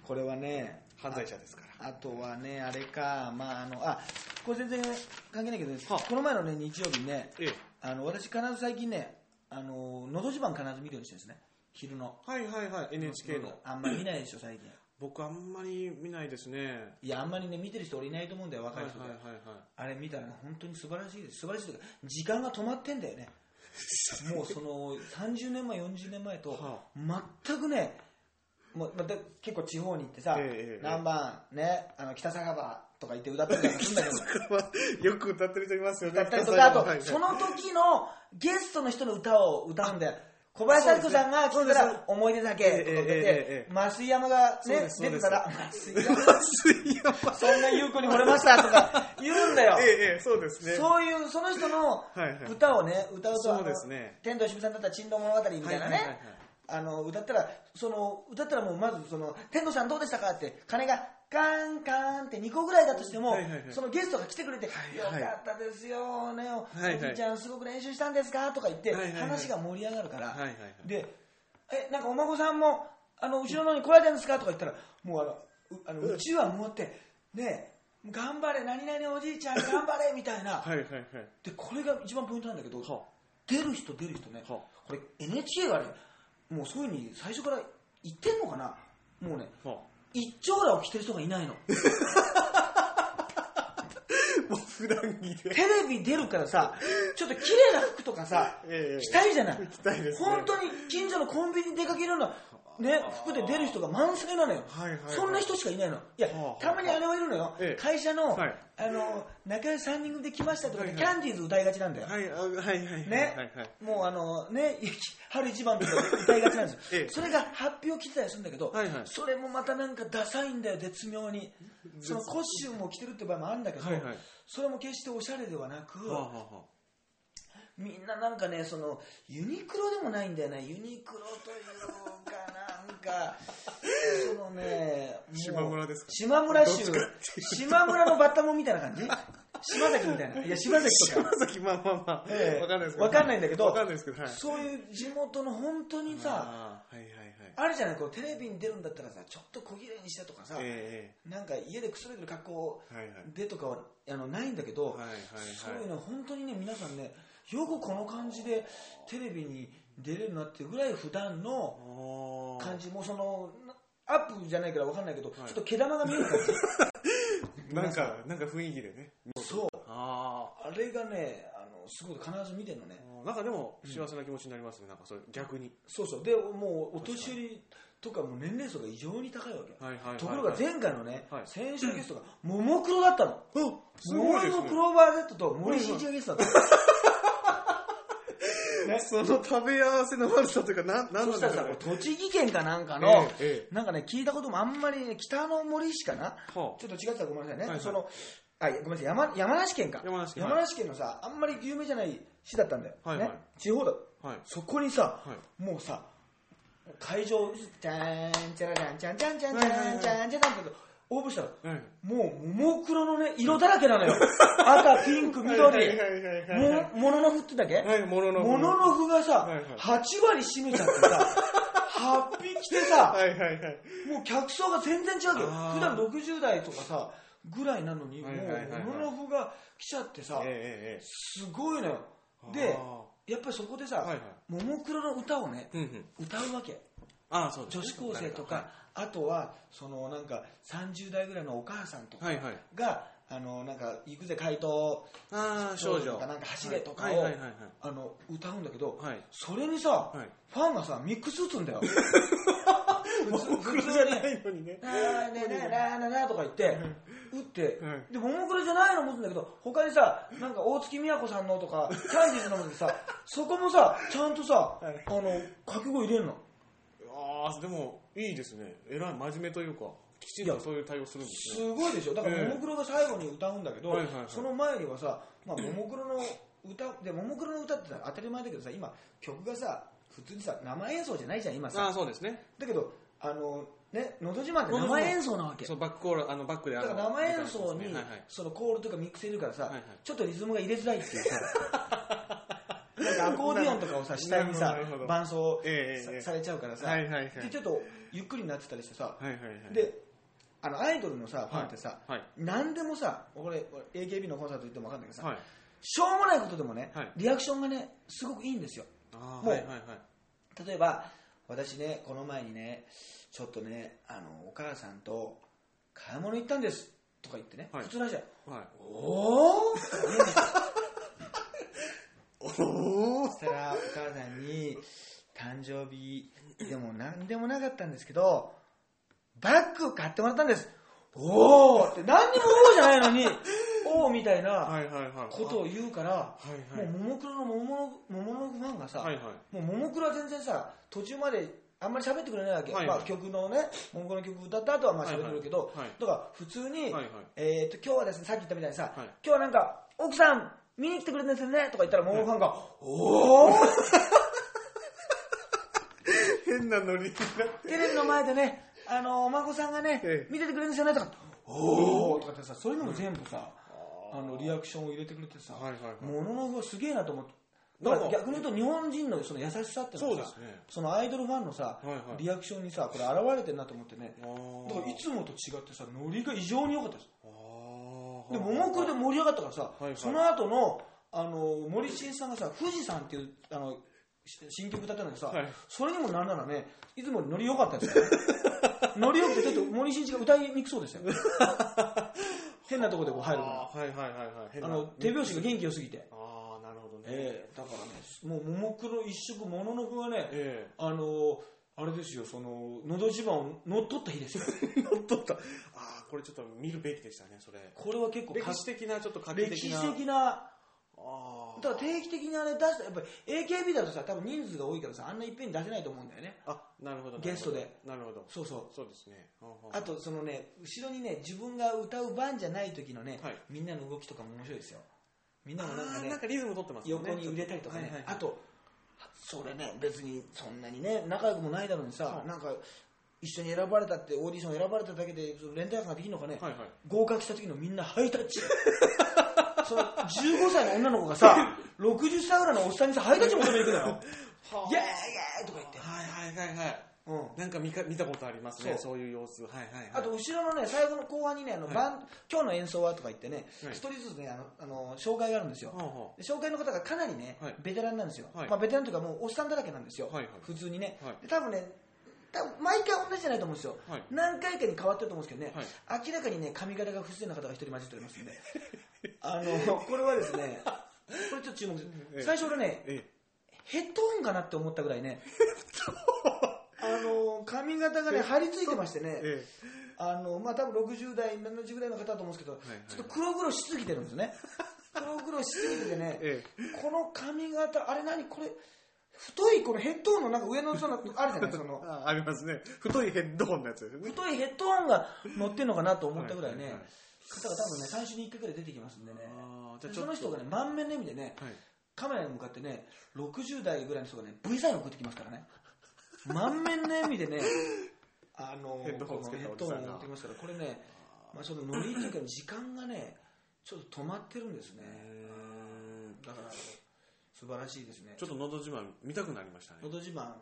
[SPEAKER 1] これはね
[SPEAKER 2] 犯罪者ですから
[SPEAKER 1] あとはねあれかまああのあこれ全然関係ないけど、ね
[SPEAKER 2] はあ
[SPEAKER 1] この前のね日曜日ね
[SPEAKER 2] ええ
[SPEAKER 1] あの私必ず最近ねあののど自慢必ず見るようにしてるんですね昼の
[SPEAKER 2] はいはいはい NHK の
[SPEAKER 1] あんまり見ないでしょ最近
[SPEAKER 2] 僕あんまり見ないですね
[SPEAKER 1] いやあんまりね見てる人俺いないと思うんだよ
[SPEAKER 2] は
[SPEAKER 1] 若
[SPEAKER 2] い
[SPEAKER 1] い
[SPEAKER 2] はい
[SPEAKER 1] 人で、
[SPEAKER 2] はいはい
[SPEAKER 1] あれ見たらね本当に素晴らしいです素晴らしいというか時間が止まってんだ よねもうその30年前40年前と
[SPEAKER 2] は
[SPEAKER 1] 全くねもうまた結構地方に行ってさ
[SPEAKER 2] ええええええ
[SPEAKER 1] 南蛮ねあの北酒場とか行って歌ってたりするんだ けど
[SPEAKER 2] よく歌ってる人いますよね
[SPEAKER 1] 歌ったりとかあ
[SPEAKER 2] はいは
[SPEAKER 1] と
[SPEAKER 2] い
[SPEAKER 1] その時のゲストの人の歌を歌うんだよ小林咲子さんが来たら「思い出だけ」とか歌っ
[SPEAKER 2] えええええ
[SPEAKER 1] て
[SPEAKER 2] え
[SPEAKER 1] 増井山が
[SPEAKER 2] そう
[SPEAKER 1] ね
[SPEAKER 2] です
[SPEAKER 1] 出てたら「増井山
[SPEAKER 2] 水曜
[SPEAKER 1] そんな優子に惚れました」とか言うんだよ
[SPEAKER 2] ええええ、そうですね。
[SPEAKER 1] そういう、その人の
[SPEAKER 2] い はい
[SPEAKER 1] 歌をね、歌うと、あ
[SPEAKER 2] そう
[SPEAKER 1] の
[SPEAKER 2] ですね
[SPEAKER 1] 天童よしみさんだったら、珍道物語みたいな
[SPEAKER 2] はいはいはいはい
[SPEAKER 1] ね、あの、歌ったら、その、歌ったらもうまず、その、天童さんどうでしたかって、鐘が、カンカンって2個ぐらいだとしても
[SPEAKER 2] はいはいはい、
[SPEAKER 1] そのゲストが来てくれて、よ
[SPEAKER 2] はいはい
[SPEAKER 1] かったですよね、お
[SPEAKER 2] はいはい
[SPEAKER 1] じいちゃんすごく練習したんですかとか言って、
[SPEAKER 2] はいはいはい
[SPEAKER 1] 話が盛り上がるか
[SPEAKER 2] はいは
[SPEAKER 1] ら、
[SPEAKER 2] いはい
[SPEAKER 1] で、え、なんかお孫さんも、あの、後ろの方に来られたんですかとか言ったら、もうあの、うあのうちはもうって、ねえ、頑張れ、何々おじいちゃん頑張れ、みたいな。
[SPEAKER 2] はいはいはい。
[SPEAKER 1] でこれが一番ポイントなんだけど、
[SPEAKER 2] は
[SPEAKER 1] 出る人出る人ね、
[SPEAKER 2] は
[SPEAKER 1] これ NHK がねもうそういうふうに最初から言ってんのかなもうね
[SPEAKER 2] あ、は
[SPEAKER 1] 一丁羅を着てる人がい ないの
[SPEAKER 2] あ、もう普段着
[SPEAKER 1] テ
[SPEAKER 2] で。
[SPEAKER 1] レビ出るからさちょっと綺麗な服とかさ
[SPEAKER 2] ええ
[SPEAKER 1] 着たいじゃない
[SPEAKER 2] 着たいですね
[SPEAKER 1] 本当に近所のコンビニに出かけるようなね、服で出る人が満載なのよ、
[SPEAKER 2] はいはいはい
[SPEAKER 1] そんな人しかいないの、いや、
[SPEAKER 2] はあ
[SPEAKER 1] たまにあれはいるのよ、
[SPEAKER 2] ええ
[SPEAKER 1] 会社の,、
[SPEAKER 2] はい
[SPEAKER 1] あの仲良し3人組で来ましたとかで、
[SPEAKER 2] はい
[SPEAKER 1] キ
[SPEAKER 2] はい
[SPEAKER 1] ャンディーズ歌いがちなんだよ、
[SPEAKER 2] はい、あはいはいはい。
[SPEAKER 1] ね、
[SPEAKER 2] はいはい。
[SPEAKER 1] もうあのね、 春一番とか歌いがちなんですよ、
[SPEAKER 2] ええ
[SPEAKER 1] それが発表来てたりするんだけど、
[SPEAKER 2] はいはい
[SPEAKER 1] それもまたなんかダサいんだよ、絶妙に、そのコスチュームを着てるって場合もあるんだけど、
[SPEAKER 2] はいはい
[SPEAKER 1] それも決しておしゃれではなく、
[SPEAKER 2] はあ、はあは
[SPEAKER 1] みんななんかね、そのユニクロでもないんだよね、ユニクロというか、なん か、そのね、もう
[SPEAKER 2] 島村ですか
[SPEAKER 1] 島村
[SPEAKER 2] どっ
[SPEAKER 1] 州
[SPEAKER 2] ちかっ、
[SPEAKER 1] 島村のバッタモンみたいな感じ。柴崎みたいな。いや、柴崎とか。
[SPEAKER 2] 島崎、まあまあまあ、
[SPEAKER 1] ええ
[SPEAKER 2] わかんないですけど。
[SPEAKER 1] わかんないんだけど
[SPEAKER 2] わかんないですけど、はい。
[SPEAKER 1] そういう地元の本当にさ、
[SPEAKER 2] あーはいはいはい。
[SPEAKER 1] あるじゃない、こうテレビに出るんだったらさ、ちょっと小綺麗にしてとかさ、
[SPEAKER 2] え
[SPEAKER 1] なんか家でくすべてる格好
[SPEAKER 2] えはいはい。
[SPEAKER 1] でとかはあのないんだけど、
[SPEAKER 2] はいはい
[SPEAKER 1] そう
[SPEAKER 2] はい
[SPEAKER 1] いうの本当にね、皆さんね、よくこの感じでテレビに出れるなっていうぐらい普段の
[SPEAKER 2] おー
[SPEAKER 1] 感じ、もうその、なアップじゃないからわかんないけど、
[SPEAKER 2] はい
[SPEAKER 1] ちょっと毛玉が見える 感じ。
[SPEAKER 2] なんか、なんか雰囲気でね。
[SPEAKER 1] そう。
[SPEAKER 2] あ
[SPEAKER 1] あれがね、あの、すごい必ず見てるのね。
[SPEAKER 2] あ。なんかでも、幸せな気持ちになりますね。なんかそれ、逆に。
[SPEAKER 1] そうそう。で、もう、お年寄りとかも年齢層が異常に高いわけ。
[SPEAKER 2] はいはいはいはい。
[SPEAKER 1] ところが前回のね、
[SPEAKER 2] はい
[SPEAKER 1] 先週のゲストが、ももクロだったの。
[SPEAKER 2] おす
[SPEAKER 1] もも
[SPEAKER 2] ごい
[SPEAKER 1] ク
[SPEAKER 2] です
[SPEAKER 1] ロ
[SPEAKER 2] ね
[SPEAKER 1] クローバー Z と森進一がゲストだったの。
[SPEAKER 2] その食べ合わせの悪さというか、なん、なん
[SPEAKER 1] そし
[SPEAKER 2] なん
[SPEAKER 1] た
[SPEAKER 2] で
[SPEAKER 1] ら
[SPEAKER 2] しょ
[SPEAKER 1] さ
[SPEAKER 2] う、ね。
[SPEAKER 1] 栃木県かなんかの、
[SPEAKER 2] えええ
[SPEAKER 1] なんかね、聞いたこともあんまりね、北の森市かな、
[SPEAKER 2] は
[SPEAKER 1] ちょっと違ってたらごめんなさいね、
[SPEAKER 2] はいはい
[SPEAKER 1] そのあごめんなさい山、山梨県か
[SPEAKER 2] 山梨県
[SPEAKER 1] 県のさ、あんまり有名じゃない市だったんだよ、
[SPEAKER 2] はいはい
[SPEAKER 1] ね、地方だ、
[SPEAKER 2] あはい。
[SPEAKER 1] そこにさ、
[SPEAKER 2] はい。
[SPEAKER 1] もうさ、会場、じゃーん、じゃらじゃん、じゃんじゃんじゃんじ
[SPEAKER 2] はいはい
[SPEAKER 1] ゃ
[SPEAKER 2] は
[SPEAKER 1] ん
[SPEAKER 2] い
[SPEAKER 1] じゃんじゃんって応募したら、
[SPEAKER 2] はい
[SPEAKER 1] もう、ももクロのね、色だらけなのよ、赤、ピンク、緑、
[SPEAKER 2] はいはいはいはいはい
[SPEAKER 1] ももののふってだけ、
[SPEAKER 2] はい、ものの。
[SPEAKER 1] モノノフがさ、
[SPEAKER 2] はいはい
[SPEAKER 1] 8割占めちゃってさ、ハッピー来てさ、
[SPEAKER 2] はいはいはい。
[SPEAKER 1] もう客層が全然違うけど、
[SPEAKER 2] あー
[SPEAKER 1] 普段60代とかさ、ぐらいなのに、も
[SPEAKER 2] は
[SPEAKER 1] う
[SPEAKER 2] いはいはいはい
[SPEAKER 1] モノノフが来ちゃってさ、
[SPEAKER 2] ええ
[SPEAKER 1] すごいのよ。
[SPEAKER 2] ええ。
[SPEAKER 1] で
[SPEAKER 2] あ、ー
[SPEAKER 1] やっぱりそこでさ、
[SPEAKER 2] はいはい
[SPEAKER 1] ももクロの歌をね、
[SPEAKER 2] うんうん。
[SPEAKER 1] 歌うわけ。
[SPEAKER 2] ああ、そうです
[SPEAKER 1] 女子高
[SPEAKER 2] ね
[SPEAKER 1] 生とか、。あとは、そのなんか30代ぐらいのお母さんとか
[SPEAKER 2] はいはい。
[SPEAKER 1] が、あの、なんか、行くぜ、怪盗
[SPEAKER 2] ああ、少女。
[SPEAKER 1] とか、なんか走れとか
[SPEAKER 2] は
[SPEAKER 1] を
[SPEAKER 2] いはいはいはい、
[SPEAKER 1] あの、歌うんだけど、
[SPEAKER 2] はい。
[SPEAKER 1] それにさ、
[SPEAKER 2] はい。
[SPEAKER 1] ファンがさ、ミックス打つんだ よ。普通にね、
[SPEAKER 2] いのにね。
[SPEAKER 1] なーねーねーなーなーなーとか言って、打って
[SPEAKER 2] はい、
[SPEAKER 1] で、ももクロじゃないの持つんだけど、他にさ、なんか大月みやこさんのとか、キャンディーズのもさ、そこもさ、ちゃんとさ、あ
[SPEAKER 2] はい
[SPEAKER 1] の、覚悟入れんの。
[SPEAKER 2] ああ、でも、いいですね。えらい、真面目というか、きちん
[SPEAKER 1] い
[SPEAKER 2] と
[SPEAKER 1] や
[SPEAKER 2] そういう対応するんですね。
[SPEAKER 1] すごいでしょ。だから、
[SPEAKER 2] ええ
[SPEAKER 1] ももクロが最後に歌うんだけど
[SPEAKER 2] はいはいはい、
[SPEAKER 1] その前にはさ、まあ、ももクロの歌、で、ももクロの歌ってさ当たり前だけどさ、今、曲がさ、普通にさ、生演奏じゃないじゃん、今
[SPEAKER 2] あ
[SPEAKER 1] さ。
[SPEAKER 2] あ、そうですね。
[SPEAKER 1] だけど、あの、ね、のど自慢って生演奏なわけ。
[SPEAKER 2] そう、バックコール、あの、バックであ
[SPEAKER 1] だ
[SPEAKER 2] の
[SPEAKER 1] から生演奏
[SPEAKER 2] み
[SPEAKER 1] に
[SPEAKER 2] たいなやつ
[SPEAKER 1] そのコールとかミックス入れるからさ、
[SPEAKER 2] はいはい
[SPEAKER 1] ちょっとリズムが入れづらいっていうさ なんかアコーディオンとかをさ下にさ
[SPEAKER 2] なるほどなるほど
[SPEAKER 1] 伴奏さ,、
[SPEAKER 2] ええええ
[SPEAKER 1] れちゃうからさ、
[SPEAKER 2] はいはいはい
[SPEAKER 1] でちょっとゆっくりになってたりしてさ、
[SPEAKER 2] ですねはいはいはい。、
[SPEAKER 1] であのアイドルのさファンってさ、
[SPEAKER 2] はい。
[SPEAKER 1] 何でもさ俺俺 AKB のコンサート行っても分かんないけどさ、
[SPEAKER 2] はい。
[SPEAKER 1] しょうもないことでもね、
[SPEAKER 2] はい
[SPEAKER 1] リアクションがねすごくいいんですよ
[SPEAKER 2] あ
[SPEAKER 1] も
[SPEAKER 2] あ、
[SPEAKER 1] う
[SPEAKER 2] はいはいはい。
[SPEAKER 1] 例えば私ねこの前にねちょっとねあのお母さんと買い物行ったんですとか言ってね、
[SPEAKER 2] はい
[SPEAKER 1] 普通の話だよ
[SPEAKER 2] はい。
[SPEAKER 1] おおそ
[SPEAKER 2] おお
[SPEAKER 1] したらお母さんに誕生日でも何でもなかったんですけどバッグを買ってもらったんですおおって何にもおおじゃないの におおみたいな
[SPEAKER 2] はいはいはい。
[SPEAKER 1] ことを言うから
[SPEAKER 2] はい
[SPEAKER 1] も。
[SPEAKER 2] はいう
[SPEAKER 1] ももクロのもものもものファンがさ、
[SPEAKER 2] はいはい。
[SPEAKER 1] もうももクロは全然さ途中まであんまり喋ってくれないわけ、
[SPEAKER 2] はいはい
[SPEAKER 1] まあ、曲のねももクロの曲歌った後はまあ喋ってくるけど、
[SPEAKER 2] はいはいはい
[SPEAKER 1] だから普通に、
[SPEAKER 2] はいはい
[SPEAKER 1] えー、と今日はですねさっき言ったみたいにさ、
[SPEAKER 2] はい
[SPEAKER 1] 今日はなんか奥さん見に来てくれたんですよねとか言ったらももファンが、おお
[SPEAKER 2] 変なノリになって。
[SPEAKER 1] テレビの前でねあのお孫さんがね、
[SPEAKER 2] ええ
[SPEAKER 1] 見ててくれるんですよねとかおおとかってさそういうのも全部さ、あのリアクションを入れてくれてさ、
[SPEAKER 2] はいはいはい
[SPEAKER 1] もののふはすげえなと思ってだ
[SPEAKER 2] なん
[SPEAKER 1] か
[SPEAKER 2] から
[SPEAKER 1] 逆に言うと日本人のその優しさっていうのがさ
[SPEAKER 2] そうですね
[SPEAKER 1] そのアイドルファンのさ、
[SPEAKER 2] はいはい
[SPEAKER 1] リアクションにさこれ現れてるなと思ってね
[SPEAKER 2] あー
[SPEAKER 1] だからいつもと違ってさノリが異常に良かったです
[SPEAKER 2] あー
[SPEAKER 1] でももクロで盛り上がったからさ、
[SPEAKER 2] いはい
[SPEAKER 1] その後のあの森進一さんがさ「富士山」っていうあのし新曲歌ったのにさ、
[SPEAKER 2] はい
[SPEAKER 1] それにもなんならねいつもよりノリ良かった ですよ、ね、ノリ良くてちょっと森進一が歌いにくそうでしたよ変なとこでこう入るから
[SPEAKER 2] あーはいはいはいはい変
[SPEAKER 1] あ
[SPEAKER 2] な
[SPEAKER 1] の手拍子が元気良すぎて
[SPEAKER 2] ああなるほどね
[SPEAKER 1] ええだからねもうももクロ一色もののふはね、
[SPEAKER 2] え
[SPEAKER 1] あのあれですよその「のど自慢」を乗っ取った日 ですよ
[SPEAKER 2] え乗っ取ったああこれちょっと見るべきでしたねそれ
[SPEAKER 1] これは結構
[SPEAKER 2] 歴
[SPEAKER 1] か
[SPEAKER 2] 史的なちょっと画期
[SPEAKER 1] 歴
[SPEAKER 2] 的
[SPEAKER 1] 史
[SPEAKER 2] な
[SPEAKER 1] 的な
[SPEAKER 2] あ
[SPEAKER 1] だ
[SPEAKER 2] ー
[SPEAKER 1] から定期的にあれ出したやっぱり AKB だとさ多分人数が多いからさあんないっぺんに出せないと思うんだよね
[SPEAKER 2] あなるほど
[SPEAKER 1] ゲストで
[SPEAKER 2] なるほど
[SPEAKER 1] そうそう
[SPEAKER 2] そうですねほうほう
[SPEAKER 1] あとそのね後ろにね自分が歌う番じゃない時のね、
[SPEAKER 2] はい
[SPEAKER 1] みんなの動きとかも面白いですよみんな
[SPEAKER 2] あ
[SPEAKER 1] もなんか
[SPEAKER 2] ー
[SPEAKER 1] ね
[SPEAKER 2] なんかリズム取ってますよね
[SPEAKER 1] 横に売れたりとかね、
[SPEAKER 2] はいはいはい
[SPEAKER 1] あとそれね別にそんなにね仲良くもないだろうにさ、
[SPEAKER 2] はい
[SPEAKER 1] なんか一緒に選ばれたってオーディション選ばれただけでその連帯感ができるのかね、
[SPEAKER 2] はいはい
[SPEAKER 1] 合格した時のみんなハイタッチ その15歳の女の子が さ、60歳ぐらいのおっさんにさ、ハイタッチ求めに行くのよ。イェーイイ
[SPEAKER 2] は
[SPEAKER 1] ェーイとか言って。
[SPEAKER 2] いはいはいはい。
[SPEAKER 1] うん。
[SPEAKER 2] なんか見か見たことありますね、
[SPEAKER 1] そ
[SPEAKER 2] そういう様子。はいはいはい。
[SPEAKER 1] あと、後ろのね、最後の後半にね、あの、
[SPEAKER 2] はい
[SPEAKER 1] バン今日の演奏はとか言ってね、
[SPEAKER 2] はい
[SPEAKER 1] 一人ずつね、あの、あの紹介があるんですよ。
[SPEAKER 2] はあは
[SPEAKER 1] で紹介の方がかなりね、
[SPEAKER 2] はい
[SPEAKER 1] ベテランなんですよ、
[SPEAKER 2] はい
[SPEAKER 1] まあ、ベテランというかもうおっさんだらけなんですよ、
[SPEAKER 2] はいはい
[SPEAKER 1] 普通にね、
[SPEAKER 2] はい
[SPEAKER 1] で多分ね多分毎回同じじゃないと思うんですよ、
[SPEAKER 2] はい
[SPEAKER 1] 何回かに変わってると思うんですけどね、
[SPEAKER 2] は
[SPEAKER 1] 明らかにね髪型が不自然な方が一人混じっておりますんで あのこれはですねこれちょっと注目
[SPEAKER 2] ええ
[SPEAKER 1] 最初俺ね
[SPEAKER 2] え
[SPEAKER 1] ヘッドホンかなって思ったぐらいねあの髪型がね張り付いてましてね、
[SPEAKER 2] ええ
[SPEAKER 1] あのまあ多分60代、70ぐらいの方だと思うんですけど、
[SPEAKER 2] いはい
[SPEAKER 1] ちょっと黒々しすぎてるんです ね、黒々しすぎててね、
[SPEAKER 2] え
[SPEAKER 1] この髪型、あれ何、これ、太いこのヘッドホンのなんか上のその、あるじゃない、そ の
[SPEAKER 2] あありますね。太いヘッドホンのやつですよね。
[SPEAKER 1] 太いヘッドホンが乗ってるのかなと思ったぐらいね、
[SPEAKER 2] はいはいはい
[SPEAKER 1] 方が多分ね、最初に1回ぐらい出てきますんでね、
[SPEAKER 2] あーじゃあ
[SPEAKER 1] で
[SPEAKER 2] ち
[SPEAKER 1] そ
[SPEAKER 2] ょっ
[SPEAKER 1] の
[SPEAKER 2] と
[SPEAKER 1] 人がね、満面の笑みでね、
[SPEAKER 2] はい。
[SPEAKER 1] カメラに向かってね、60代ぐらいの人がね、V サイン送ってきます からね。満面の笑みでね、あの
[SPEAKER 2] ヘッドホン
[SPEAKER 1] こ
[SPEAKER 2] つ
[SPEAKER 1] の
[SPEAKER 2] け
[SPEAKER 1] ヘ
[SPEAKER 2] た
[SPEAKER 1] ッ
[SPEAKER 2] お
[SPEAKER 1] ド
[SPEAKER 2] じ
[SPEAKER 1] ホ
[SPEAKER 2] さ
[SPEAKER 1] ン
[SPEAKER 2] んが
[SPEAKER 1] 送ってきますから、これね、まあ、そのノリっていうか、時間がね、ちょっと止まってるんですね。だから、素晴らしいですね
[SPEAKER 2] ちょ。っと喉自慢見たくなりましたね
[SPEAKER 1] の。ど自慢、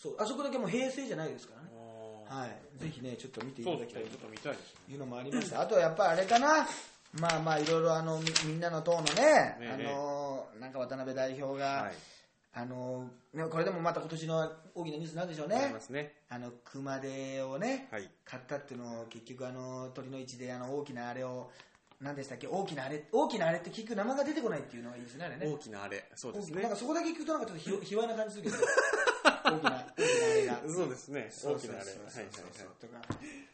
[SPEAKER 1] そう、あそこだけもう平成じゃないですからね。
[SPEAKER 2] あ
[SPEAKER 1] はい。ぜひね、ちょっと見て
[SPEAKER 2] ー
[SPEAKER 1] い
[SPEAKER 2] そ
[SPEAKER 1] た
[SPEAKER 2] う
[SPEAKER 1] だ
[SPEAKER 2] です
[SPEAKER 1] きたい
[SPEAKER 2] ね。
[SPEAKER 1] と
[SPEAKER 2] ちょっと見たいですね。
[SPEAKER 1] いうのもありました。あとはやっぱりあれかな。まあまあいろいろあのみみんなの党のね、あ
[SPEAKER 2] ええ
[SPEAKER 1] のーなんか渡辺代表が、
[SPEAKER 2] はい。
[SPEAKER 1] あのーねこれでもまた今年の大きなニュースなんでしょう
[SPEAKER 2] あり
[SPEAKER 1] ね
[SPEAKER 2] ま。すね。
[SPEAKER 1] あの熊手をね、
[SPEAKER 2] はい。
[SPEAKER 1] 買ったっていうのを結局あの鳥の位置であの大きなあれを何でしたっけ大きなあれ大きなあれって結局名前が出てこないっていうのがいいですねあれね。
[SPEAKER 2] 大きなあれ。そうです
[SPEAKER 1] なん
[SPEAKER 2] ね
[SPEAKER 1] か。そこだけ聞くとなんかちょっとひひわいな感じするけど、 大きな大きなあれが。
[SPEAKER 2] そうですね。
[SPEAKER 1] そう
[SPEAKER 2] 大き
[SPEAKER 1] そう
[SPEAKER 2] なあれ。はい
[SPEAKER 1] そう
[SPEAKER 2] は
[SPEAKER 1] そう
[SPEAKER 2] い
[SPEAKER 1] そうとか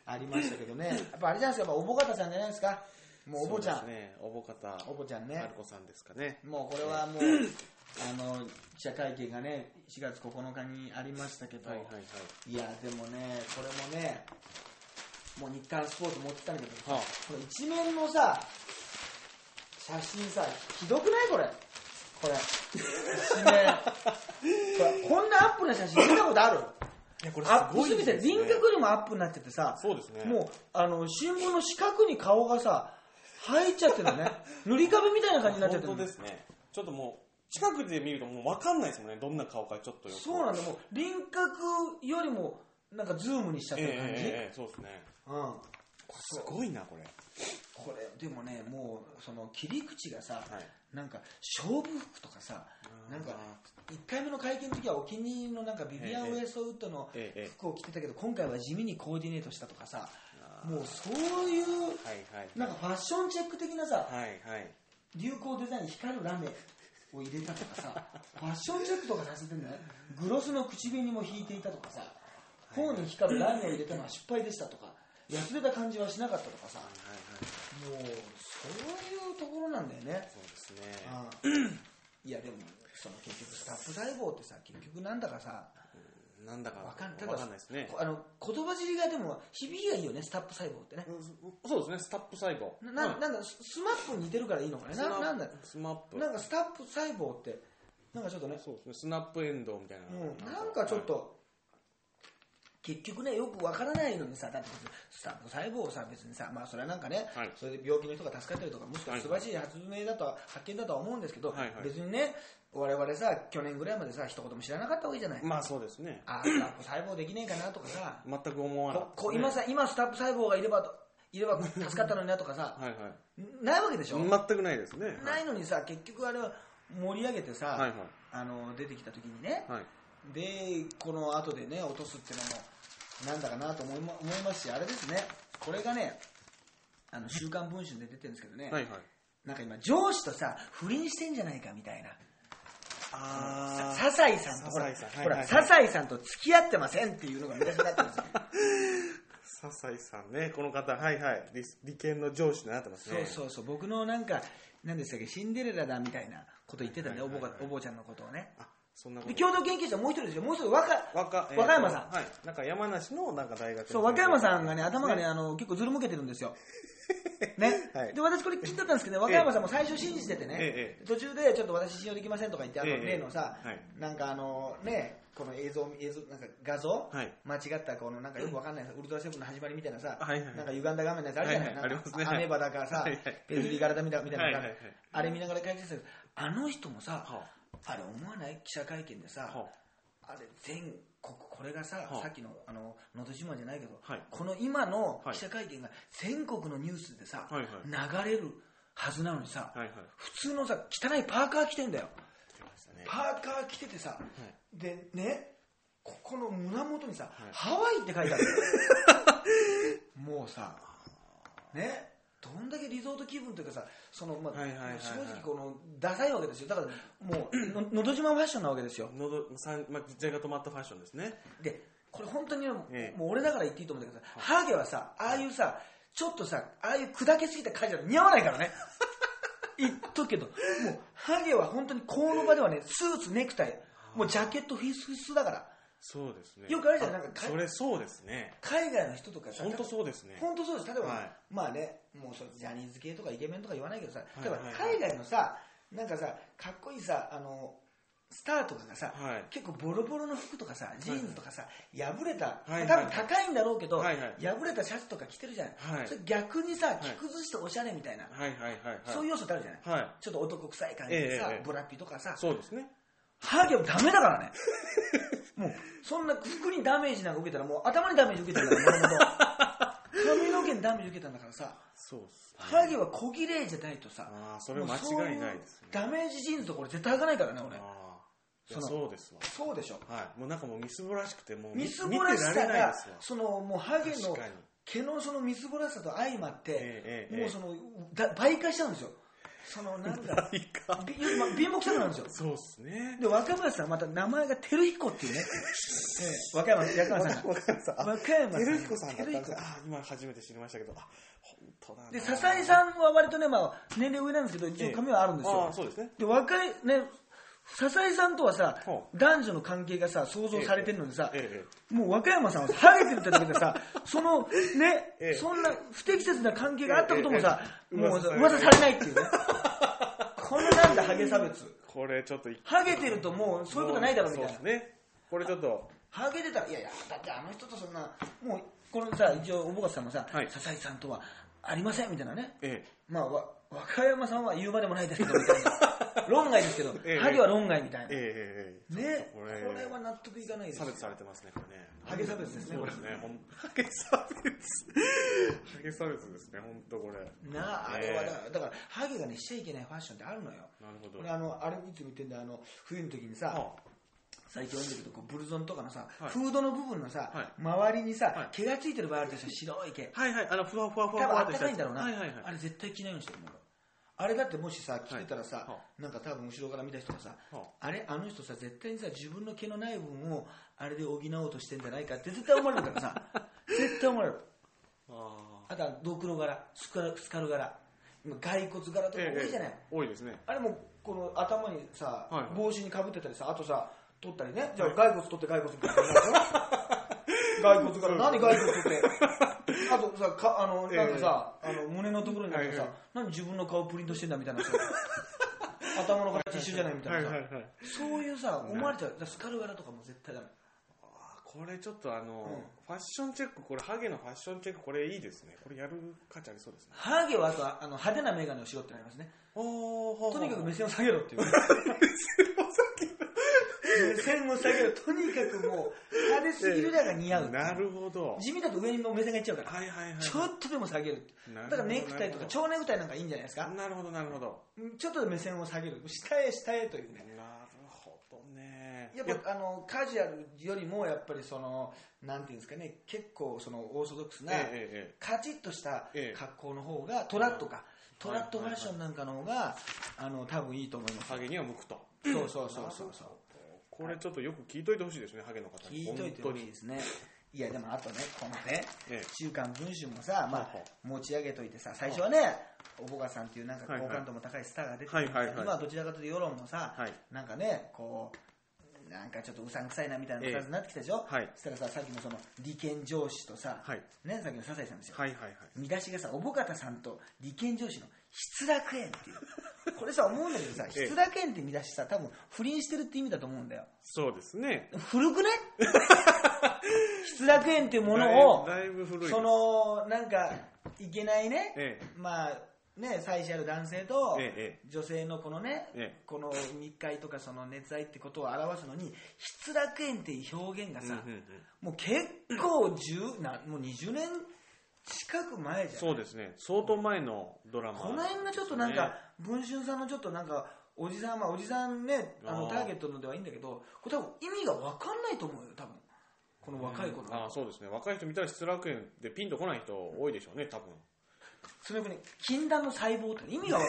[SPEAKER 1] ありましたけど ね、やっぱあれじゃないですか、やっぱおぼかたちゃんじゃないですか、もうおぼちゃ
[SPEAKER 2] そうです
[SPEAKER 1] ん、
[SPEAKER 2] ね。おぼかた。
[SPEAKER 1] おぼちゃん
[SPEAKER 2] ま
[SPEAKER 1] ね
[SPEAKER 2] る、こさんですかね。
[SPEAKER 1] もうこれはもう、あ の記者会見がね、4月9日にありましたけど、
[SPEAKER 2] はい
[SPEAKER 1] い
[SPEAKER 2] はいはい。
[SPEAKER 1] や、でもね、これもね、もう日刊スポーツ持ってたんだけど、
[SPEAKER 2] はあ
[SPEAKER 1] この一面のさ、写真さ、ひどくないこれ、これ、一面、 これこんなアップな写真見たことある
[SPEAKER 2] いや、こ
[SPEAKER 1] アップすぎて、輪郭よりもアップになっててさ、
[SPEAKER 2] そうですね。
[SPEAKER 1] もうあの新聞の四角に顔がさ入っちゃってる のね塗り壁みたいな感じになっちゃってる
[SPEAKER 2] 本当ですね。ちょっともう、近くで見るともう分かんないですもんね。どんな顔かちょっとよく。
[SPEAKER 1] そうなんだもう輪郭よりもなんかズームにしちゃっ
[SPEAKER 2] え
[SPEAKER 1] て
[SPEAKER 2] え
[SPEAKER 1] る感じ、
[SPEAKER 2] ええええそうですね。
[SPEAKER 1] うん、
[SPEAKER 2] これすごいな、これ。
[SPEAKER 1] これでもねもうその切り口がさ、
[SPEAKER 2] はい
[SPEAKER 1] なんか勝負服とかさ
[SPEAKER 2] あー
[SPEAKER 1] なんか1回目の会見の時はお気に入りのなんかビビアン・ウ
[SPEAKER 2] ええ
[SPEAKER 1] ェイソウッドの
[SPEAKER 2] ええええ
[SPEAKER 1] 服を着てたけど今回は地味にコーディネートしたとかさ
[SPEAKER 2] あー
[SPEAKER 1] もうそういう
[SPEAKER 2] はいはい。
[SPEAKER 1] なんかファッションチェック的なさ、
[SPEAKER 2] はいはい。
[SPEAKER 1] 流行デザインに光るラメを入れたとかさファッションチェックとかさせてんだよグロスの口紅も引いていたとかさ頬に光るラメを入れたのは失敗でしたとかやつれた感じはしなかったとかさ
[SPEAKER 2] はい
[SPEAKER 1] も
[SPEAKER 2] はいはいう
[SPEAKER 1] そういうところなんだよね
[SPEAKER 2] そうですね。
[SPEAKER 1] ああいやでもその結局スタッフ細胞ってさ結局なんだかさ
[SPEAKER 2] なんだか
[SPEAKER 1] わ
[SPEAKER 2] わ
[SPEAKER 1] か
[SPEAKER 2] か
[SPEAKER 1] ん
[SPEAKER 2] ん
[SPEAKER 1] ただ
[SPEAKER 2] ないですね。
[SPEAKER 1] こあの言葉尻がでも響きがいいよねスタッフ細胞ってね
[SPEAKER 2] うんそうですね、スタップ細胞。
[SPEAKER 1] なな
[SPEAKER 2] はい
[SPEAKER 1] なんだススマップに似てるからいいのかね
[SPEAKER 2] スナ
[SPEAKER 1] ななんだ
[SPEAKER 2] スマップ。
[SPEAKER 1] なんかスタッフ細胞ってなんかちょっとね
[SPEAKER 2] そうですね、スナップエンドウみたいな。
[SPEAKER 1] うん、なんかちょっと、結局ねよくわからないのにさだってスタッフ細胞をさ別にさまあそれはなんかね、
[SPEAKER 2] はい
[SPEAKER 1] それで病気の人が助かったりとかもしくは素晴らしい発明だとは、発見だとは思うんですけど、
[SPEAKER 2] はいはい
[SPEAKER 1] 別にね我々さ去年ぐらいまでさ一言も知らなかったわけじゃない、
[SPEAKER 2] まあそうですね。
[SPEAKER 1] あスタッフ細胞できねえかなとかさ、
[SPEAKER 2] 全く思わなか
[SPEAKER 1] こ
[SPEAKER 2] ったです
[SPEAKER 1] こ今さ
[SPEAKER 2] ね。
[SPEAKER 1] 今スタッフ細胞がいればといれば 助かったのになとかさ
[SPEAKER 2] はいはい。
[SPEAKER 1] ないわけでしょ、
[SPEAKER 2] 全くないですね。。
[SPEAKER 1] ないいのにさ結局あれは盛り上げてさ、
[SPEAKER 2] はいはい
[SPEAKER 1] あの出てきた時にね、
[SPEAKER 2] はい。
[SPEAKER 1] で、この後でね、落とすってのも、なんだかなと思いま思いますし、あれですね、これがね、あの週刊文春で出てるんですけどね、
[SPEAKER 2] はいはい。
[SPEAKER 1] なんか今、上司とさ、不倫してんじゃないかみたいな、さ
[SPEAKER 2] あ
[SPEAKER 1] 笹井さんと、ほら、
[SPEAKER 2] 笹井さん
[SPEAKER 1] ほら
[SPEAKER 2] はいはいはい
[SPEAKER 1] 笹井さんと付き合ってませんっていうのが見出しになってるん ですよ。
[SPEAKER 2] 笹井さんね、この方、はいはい。理理研の上司になってます
[SPEAKER 1] そ
[SPEAKER 2] ね。
[SPEAKER 1] うそうそう、僕のなんか、なんでしたっけ、シンデレラだみたいなこと言ってたね、
[SPEAKER 2] は
[SPEAKER 1] お
[SPEAKER 2] いはい
[SPEAKER 1] 坊
[SPEAKER 2] はい
[SPEAKER 1] がお坊ちゃんのことをね。
[SPEAKER 2] あ、そんなこ
[SPEAKER 1] で、
[SPEAKER 2] と。
[SPEAKER 1] 共同研究者もう一人ですよ、もう一人若、
[SPEAKER 2] 若えーと
[SPEAKER 1] 和歌山さん。
[SPEAKER 2] はい。なんか山梨のなんか大学の
[SPEAKER 1] そう、和歌山さんがね、
[SPEAKER 2] 先生
[SPEAKER 1] 頭がね、あの、結構ずるむけてるんですよ。ね、
[SPEAKER 2] はい
[SPEAKER 1] で私これ切っとったんですけど、若山さんも最初信じててね、
[SPEAKER 2] え
[SPEAKER 1] 途中でちょっと私信用できませんとか言って、あの
[SPEAKER 2] ええ
[SPEAKER 1] 例のさ、
[SPEAKER 2] はい
[SPEAKER 1] なんかあのね、この映像、映像なんか画像、
[SPEAKER 2] はい
[SPEAKER 1] 間違ったこのなんかよくわかんないさ、ウルトラセブンの始まりみたいなさ、
[SPEAKER 2] はいはいはい
[SPEAKER 1] なんか歪んだ画面のやつあるじゃない、
[SPEAKER 2] はいはい
[SPEAKER 1] なんか
[SPEAKER 2] ありますね
[SPEAKER 1] アメーバだからさ、
[SPEAKER 2] はいはい
[SPEAKER 1] ペズリガラダみたいな、みたいなのがある
[SPEAKER 2] はいはいはい
[SPEAKER 1] あれ見ながら解説するあの人もさ、
[SPEAKER 2] は
[SPEAKER 1] あれ思わない記者会見でさ、
[SPEAKER 2] は
[SPEAKER 1] あれ全国これがさ、
[SPEAKER 2] はあ
[SPEAKER 1] さっきの「あののど自慢」じゃないけど、
[SPEAKER 2] はい
[SPEAKER 1] この今の
[SPEAKER 2] はい
[SPEAKER 1] 記者会見が全国のニュースでさ、
[SPEAKER 2] はい
[SPEAKER 1] 流れるはずなのにさ、
[SPEAKER 2] はいはい
[SPEAKER 1] 普通のさ汚いパーカー着てんだよ
[SPEAKER 2] 出てましたね
[SPEAKER 1] パーカー着ててさ、でねここの胸元にさ、
[SPEAKER 2] い
[SPEAKER 1] ハワイって書いてある もうさねどんだけリゾート気分というかさその、まあ
[SPEAKER 2] はいはいはいはい
[SPEAKER 1] 正直このダサいわけですよだからも うののど自慢ファッションなわけですよ
[SPEAKER 2] のどさんまあ時代が止まったファッションですね
[SPEAKER 1] でこれ本当にねもう,、
[SPEAKER 2] ええ
[SPEAKER 1] 俺だから言っていいと思うんだけどさハーゲはさああいうさちょっとさああいう砕けすぎた感じだと似合わないから ね言っとくけどもうハーゲは本当にこの場ではねスーツネクタイもうジャケットフィスフィスだから
[SPEAKER 2] そうですね
[SPEAKER 1] よくあるじゃんなんかか
[SPEAKER 2] それそうですね
[SPEAKER 1] 海外の人とかさ
[SPEAKER 2] 本当そうですね
[SPEAKER 1] 本当そうです例えば、
[SPEAKER 2] はい
[SPEAKER 1] まあねもうそうジャニーズ系とかイケメンとか言わないけどさ
[SPEAKER 2] い
[SPEAKER 1] 例えば
[SPEAKER 2] はいはい
[SPEAKER 1] 海外のさなんかさかっこいいさあのスターとかがさ、
[SPEAKER 2] はい
[SPEAKER 1] 結構ボロボロの服とかさジーンズとかさ、破れた、
[SPEAKER 2] はいはい
[SPEAKER 1] 多分高いんだろうけど、
[SPEAKER 2] はいはい
[SPEAKER 1] 破れたシャツとか着てるじゃない、
[SPEAKER 2] はい
[SPEAKER 1] それ逆にさ
[SPEAKER 2] い
[SPEAKER 1] 着崩しておしゃれみたいな、
[SPEAKER 2] はいはいはいはい
[SPEAKER 1] そういう要素ってあるじゃない、
[SPEAKER 2] はい
[SPEAKER 1] ちょっと男臭い感じでさ、
[SPEAKER 2] ええええ
[SPEAKER 1] ブラピとかさ
[SPEAKER 2] そうですね
[SPEAKER 1] ハゲはダメだからねもうそんな服にダメージなんか受けたらもう頭にダメージ受けてるからもともと髪の毛にダメージ受けたんだからさ
[SPEAKER 2] そうですね
[SPEAKER 1] ハゲは小綺麗じゃないとさ
[SPEAKER 2] ああそれ間違いないです
[SPEAKER 1] もうそううダ
[SPEAKER 2] ね
[SPEAKER 1] メージジーンズとこれ絶対履かないからね俺
[SPEAKER 2] ああい
[SPEAKER 1] そ
[SPEAKER 2] や
[SPEAKER 1] の
[SPEAKER 2] そうですわ
[SPEAKER 1] そうでしょ
[SPEAKER 2] はいもうなんかもうみすぼらしくてもう
[SPEAKER 1] みすぼらしさ
[SPEAKER 2] 見てられない
[SPEAKER 1] が
[SPEAKER 2] ですわ
[SPEAKER 1] そのもうハゲ
[SPEAKER 2] 確
[SPEAKER 1] の
[SPEAKER 2] かに
[SPEAKER 1] 毛のそのみすぼらしさと相まって、
[SPEAKER 2] ええええ
[SPEAKER 1] もうそのだ倍化しちゃうんですよそのなん か
[SPEAKER 2] いいか
[SPEAKER 1] びま貧乏くさくなるんですよ
[SPEAKER 2] そうですね
[SPEAKER 1] で若林さんまた名前が照彦っていう ね、ええ若山若山さんが
[SPEAKER 2] かりましたあ
[SPEAKER 1] 若山さん
[SPEAKER 2] 照彦さんだったんです
[SPEAKER 1] 照
[SPEAKER 2] ねあー今初めて知りましたけどあ本当だな
[SPEAKER 1] で笹井さんは割とね、まあ、年齢上なんですけど
[SPEAKER 2] え
[SPEAKER 1] 一応
[SPEAKER 2] え
[SPEAKER 1] 髪はあるんです
[SPEAKER 2] あ
[SPEAKER 1] よ
[SPEAKER 2] あ、そうですね
[SPEAKER 1] で若いね笹井さんとはさ
[SPEAKER 2] ほ
[SPEAKER 1] 男女の関係がさ想像されてるのにさ、
[SPEAKER 2] えええ
[SPEAKER 1] もう若山さんはハゲてるってだけで さそのね、
[SPEAKER 2] ええ
[SPEAKER 1] そんな不適切な関係があったこともさ、
[SPEAKER 2] ええええ
[SPEAKER 1] もう
[SPEAKER 2] 噂されない
[SPEAKER 1] 噂されない っていうねこのなんだハゲ差別
[SPEAKER 2] これちょっと一
[SPEAKER 1] ハゲてるともうそういうことないだろみたいな
[SPEAKER 2] そうですねこれちょっと
[SPEAKER 1] ハゲてたらいやいやだってあの人とそんなもうこのさ一応小保さんもさ、
[SPEAKER 2] はい
[SPEAKER 1] 笹井さんとはありませんみたいなね
[SPEAKER 2] ええ
[SPEAKER 1] まあ、わ若山さんは言うまでもないですけどみたい な論外ですけど、
[SPEAKER 2] ええ
[SPEAKER 1] ハゲは論外みたいな、
[SPEAKER 2] ええええちょっ
[SPEAKER 1] ね
[SPEAKER 2] と
[SPEAKER 1] これは納得いかないです
[SPEAKER 2] 差別されてますねこれね
[SPEAKER 1] ハゲ差別ですね
[SPEAKER 2] そ
[SPEAKER 1] こ
[SPEAKER 2] うで
[SPEAKER 1] れ
[SPEAKER 2] すねほんハゲ差別ハゲ差別ですね本当これ
[SPEAKER 1] なああ
[SPEAKER 2] ねえ
[SPEAKER 1] れはだ,、だからハゲがねしちゃいけないファッションってあるのよ
[SPEAKER 2] なるほど
[SPEAKER 1] 俺あのあれいつも言ってんだよあの冬の時にさ、
[SPEAKER 2] は
[SPEAKER 1] 最近読んでるとこうブルゾンとかのさ、
[SPEAKER 2] はい
[SPEAKER 1] フードの部分のさ、
[SPEAKER 2] はい
[SPEAKER 1] 周りにさ、
[SPEAKER 2] はい
[SPEAKER 1] 毛がついてる場合あるでしょ白い毛
[SPEAKER 2] あはいはいあのふわふわ
[SPEAKER 1] 多
[SPEAKER 2] ふわふ
[SPEAKER 1] 分
[SPEAKER 2] わ
[SPEAKER 1] あっ
[SPEAKER 2] っ
[SPEAKER 1] てた
[SPEAKER 2] した
[SPEAKER 1] かい
[SPEAKER 2] やつ
[SPEAKER 1] んだろうな、
[SPEAKER 2] はいはいはい
[SPEAKER 1] あれ絶対着ないようにしてるもん俺あれだってもしさ着てたらさ、
[SPEAKER 2] はいは
[SPEAKER 1] なんか多分後ろから見た人がさ、
[SPEAKER 2] は
[SPEAKER 1] あれあの人さ絶対にさ自分の毛のない部分をあれで補おうとしてんじゃないかって絶対思われるから さ絶対思われる
[SPEAKER 2] あ
[SPEAKER 1] あとはドクロ柄スカルスカル柄今骸骨柄とか
[SPEAKER 2] ー
[SPEAKER 1] 多いじゃない、
[SPEAKER 2] ええ多いですね
[SPEAKER 1] あれもこの頭にさ、
[SPEAKER 2] はいはい
[SPEAKER 1] 帽子にかぶってたりさあとさ取ったりねじゃあ骸骨取って骸骨みたいな感じでしょ骸骨から何骸骨取ってあとさかあのなんかさ、あの胸のところになんかさ、
[SPEAKER 2] はいはい
[SPEAKER 1] 何自分の顔プリントしてんだみた いなさ頭の形一緒じゃないみたいなさ、
[SPEAKER 2] はいはいはい
[SPEAKER 1] そういうさ思われちゃうだからスカル柄とかも絶対ダメ
[SPEAKER 2] あこれちょっとあの、
[SPEAKER 1] うん
[SPEAKER 2] ファッションチェックこれハゲのファッションチェックこれいいですねこれやる価値ありそうですね
[SPEAKER 1] ハゲはあとあの派手な眼鏡をしろってなりますね
[SPEAKER 2] おお
[SPEAKER 1] とにかく目線を下げろっていう目線を下げろとにかくもう派手すぎるだが似合うっていう
[SPEAKER 2] なるほど
[SPEAKER 1] 地味だと上にも目線がいっちゃうから、
[SPEAKER 2] はいはいはい
[SPEAKER 1] ちょっとでも下げるって
[SPEAKER 2] なるほ
[SPEAKER 1] だ
[SPEAKER 2] ど
[SPEAKER 1] からネクタイとか
[SPEAKER 2] なるほ
[SPEAKER 1] 蝶ネクタイなんかいいんじゃないですか
[SPEAKER 2] なるほどなるほど
[SPEAKER 1] ちょっとで目線を下げる下へ下へという
[SPEAKER 2] な
[SPEAKER 1] ね
[SPEAKER 2] るほどね
[SPEAKER 1] やっ
[SPEAKER 2] いや
[SPEAKER 1] ぱあのカジュアルよりもやっぱりそのなんていうんですかね結構そのオーソドックスな
[SPEAKER 2] ええええ
[SPEAKER 1] カチッとした
[SPEAKER 2] ええ
[SPEAKER 1] 格好の方がトラッとかトラッとファッションなんかの方があの多分いいと思います
[SPEAKER 2] ハゲには向くと
[SPEAKER 1] そうそうそうそうそう
[SPEAKER 2] これちょっとよく聞いといてほしいですねハゲの方に
[SPEAKER 1] 聞いといてほ
[SPEAKER 2] 本当
[SPEAKER 1] しい
[SPEAKER 2] に
[SPEAKER 1] ですねいやでもあとねこのね
[SPEAKER 2] ええ
[SPEAKER 1] 週刊文春もさ、ま
[SPEAKER 2] は
[SPEAKER 1] あ
[SPEAKER 2] いはい、
[SPEAKER 1] 持ち上げといてさ最初はねおぼかさんっていうなんか
[SPEAKER 2] はいはい
[SPEAKER 1] 好感度も高いスターが出て
[SPEAKER 2] はいはいはい
[SPEAKER 1] 今はどちらかというと世論もさ、
[SPEAKER 2] はい
[SPEAKER 1] なんかねこうなんかちょっとうさんくさいなみたいな
[SPEAKER 2] ええ
[SPEAKER 1] 感じになってきたでしょ、
[SPEAKER 2] はい
[SPEAKER 1] そしたらささっきのその利権上司とさ、
[SPEAKER 2] はい
[SPEAKER 1] ね、さっきの笹井さんですよ、
[SPEAKER 2] はいはいはい。
[SPEAKER 1] 見出しがさ小保方さんと利権上司の失楽園っていうこれさ思うんだけどさ
[SPEAKER 2] ええ
[SPEAKER 1] 失楽園って見出しさ多分不倫してるって意味だと思うんだよ
[SPEAKER 2] そうですね。
[SPEAKER 1] 古くない 失楽園っていうものを
[SPEAKER 2] だいぶだいぶ古いです
[SPEAKER 1] そのなんかいけないね、
[SPEAKER 2] ええ
[SPEAKER 1] まあね妻子ある男性と
[SPEAKER 2] えええ
[SPEAKER 1] 女性のこのね、
[SPEAKER 2] ええ
[SPEAKER 1] この密会とかその熱愛ってことを表すのに失楽園っていう表現がさ、
[SPEAKER 2] うんうんうん
[SPEAKER 1] もう結構10なもう20年近く前じゃん
[SPEAKER 2] そうですね。相当前のドラマ。
[SPEAKER 1] この辺がちょっとなんか、文春さんのちょっとなんか、おじさん、まあ、おじさんね、あの
[SPEAKER 2] あ
[SPEAKER 1] タ
[SPEAKER 2] ー
[SPEAKER 1] ーゲットのではいいんだけど、これ多分意味が分かんないと思うよ、多分この若い子の。
[SPEAKER 2] ああ、そうですね。若い人見たら失楽園でピンとこない人多いでしょうね、多分。
[SPEAKER 1] それにね、禁断の細胞って意味が分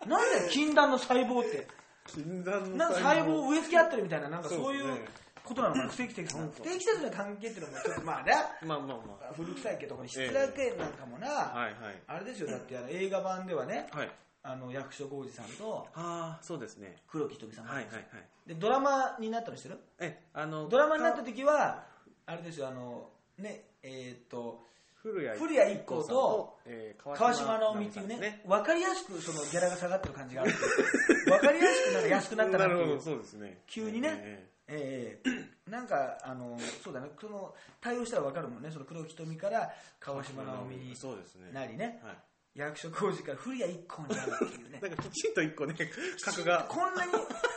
[SPEAKER 1] かん ない。なんだよ、禁断の細胞 って。
[SPEAKER 2] 禁断
[SPEAKER 1] なんか細胞を植え付け合ってるみたいな、なんかそうい
[SPEAKER 2] そう
[SPEAKER 1] う
[SPEAKER 2] ですね
[SPEAKER 1] ことなのかな、不適切な。不適切な関係っていうのも、ちょっ とまあね、
[SPEAKER 2] まあまあま
[SPEAKER 1] 古臭いけど、これ失楽園なんかもな、
[SPEAKER 2] あ。はいはい。
[SPEAKER 1] あれですよ、だってあの映画版ではね、
[SPEAKER 2] はい。
[SPEAKER 1] あの役所広司さんと
[SPEAKER 2] ああ、そうですね。
[SPEAKER 1] 黒木瞳さんが
[SPEAKER 2] はいはいはい。
[SPEAKER 1] でドラマになったのしてる
[SPEAKER 2] え、あの、
[SPEAKER 1] ドラマになった時はあれですよあのねえーっと
[SPEAKER 2] 古谷
[SPEAKER 1] 古谷一行と
[SPEAKER 2] えー
[SPEAKER 1] 川島直美っていうね
[SPEAKER 2] ね。
[SPEAKER 1] 分かりやすくそのギャラが下がってる感じがある 分かりやすくなんか安くなったな
[SPEAKER 2] な
[SPEAKER 1] って
[SPEAKER 2] る
[SPEAKER 1] い
[SPEAKER 2] ほ
[SPEAKER 1] う
[SPEAKER 2] ど、そうですね。
[SPEAKER 1] 急にね
[SPEAKER 2] え
[SPEAKER 1] ええなんかあのそうだねその対応したら分かるもんねその黒木瞳から川
[SPEAKER 2] ー。
[SPEAKER 1] 島直美に
[SPEAKER 2] そうですね。
[SPEAKER 1] なりね
[SPEAKER 2] はい。
[SPEAKER 1] 役所工事から古谷一行になるっていうね
[SPEAKER 2] なんかきちんと一 個ね、格が。
[SPEAKER 1] こんなに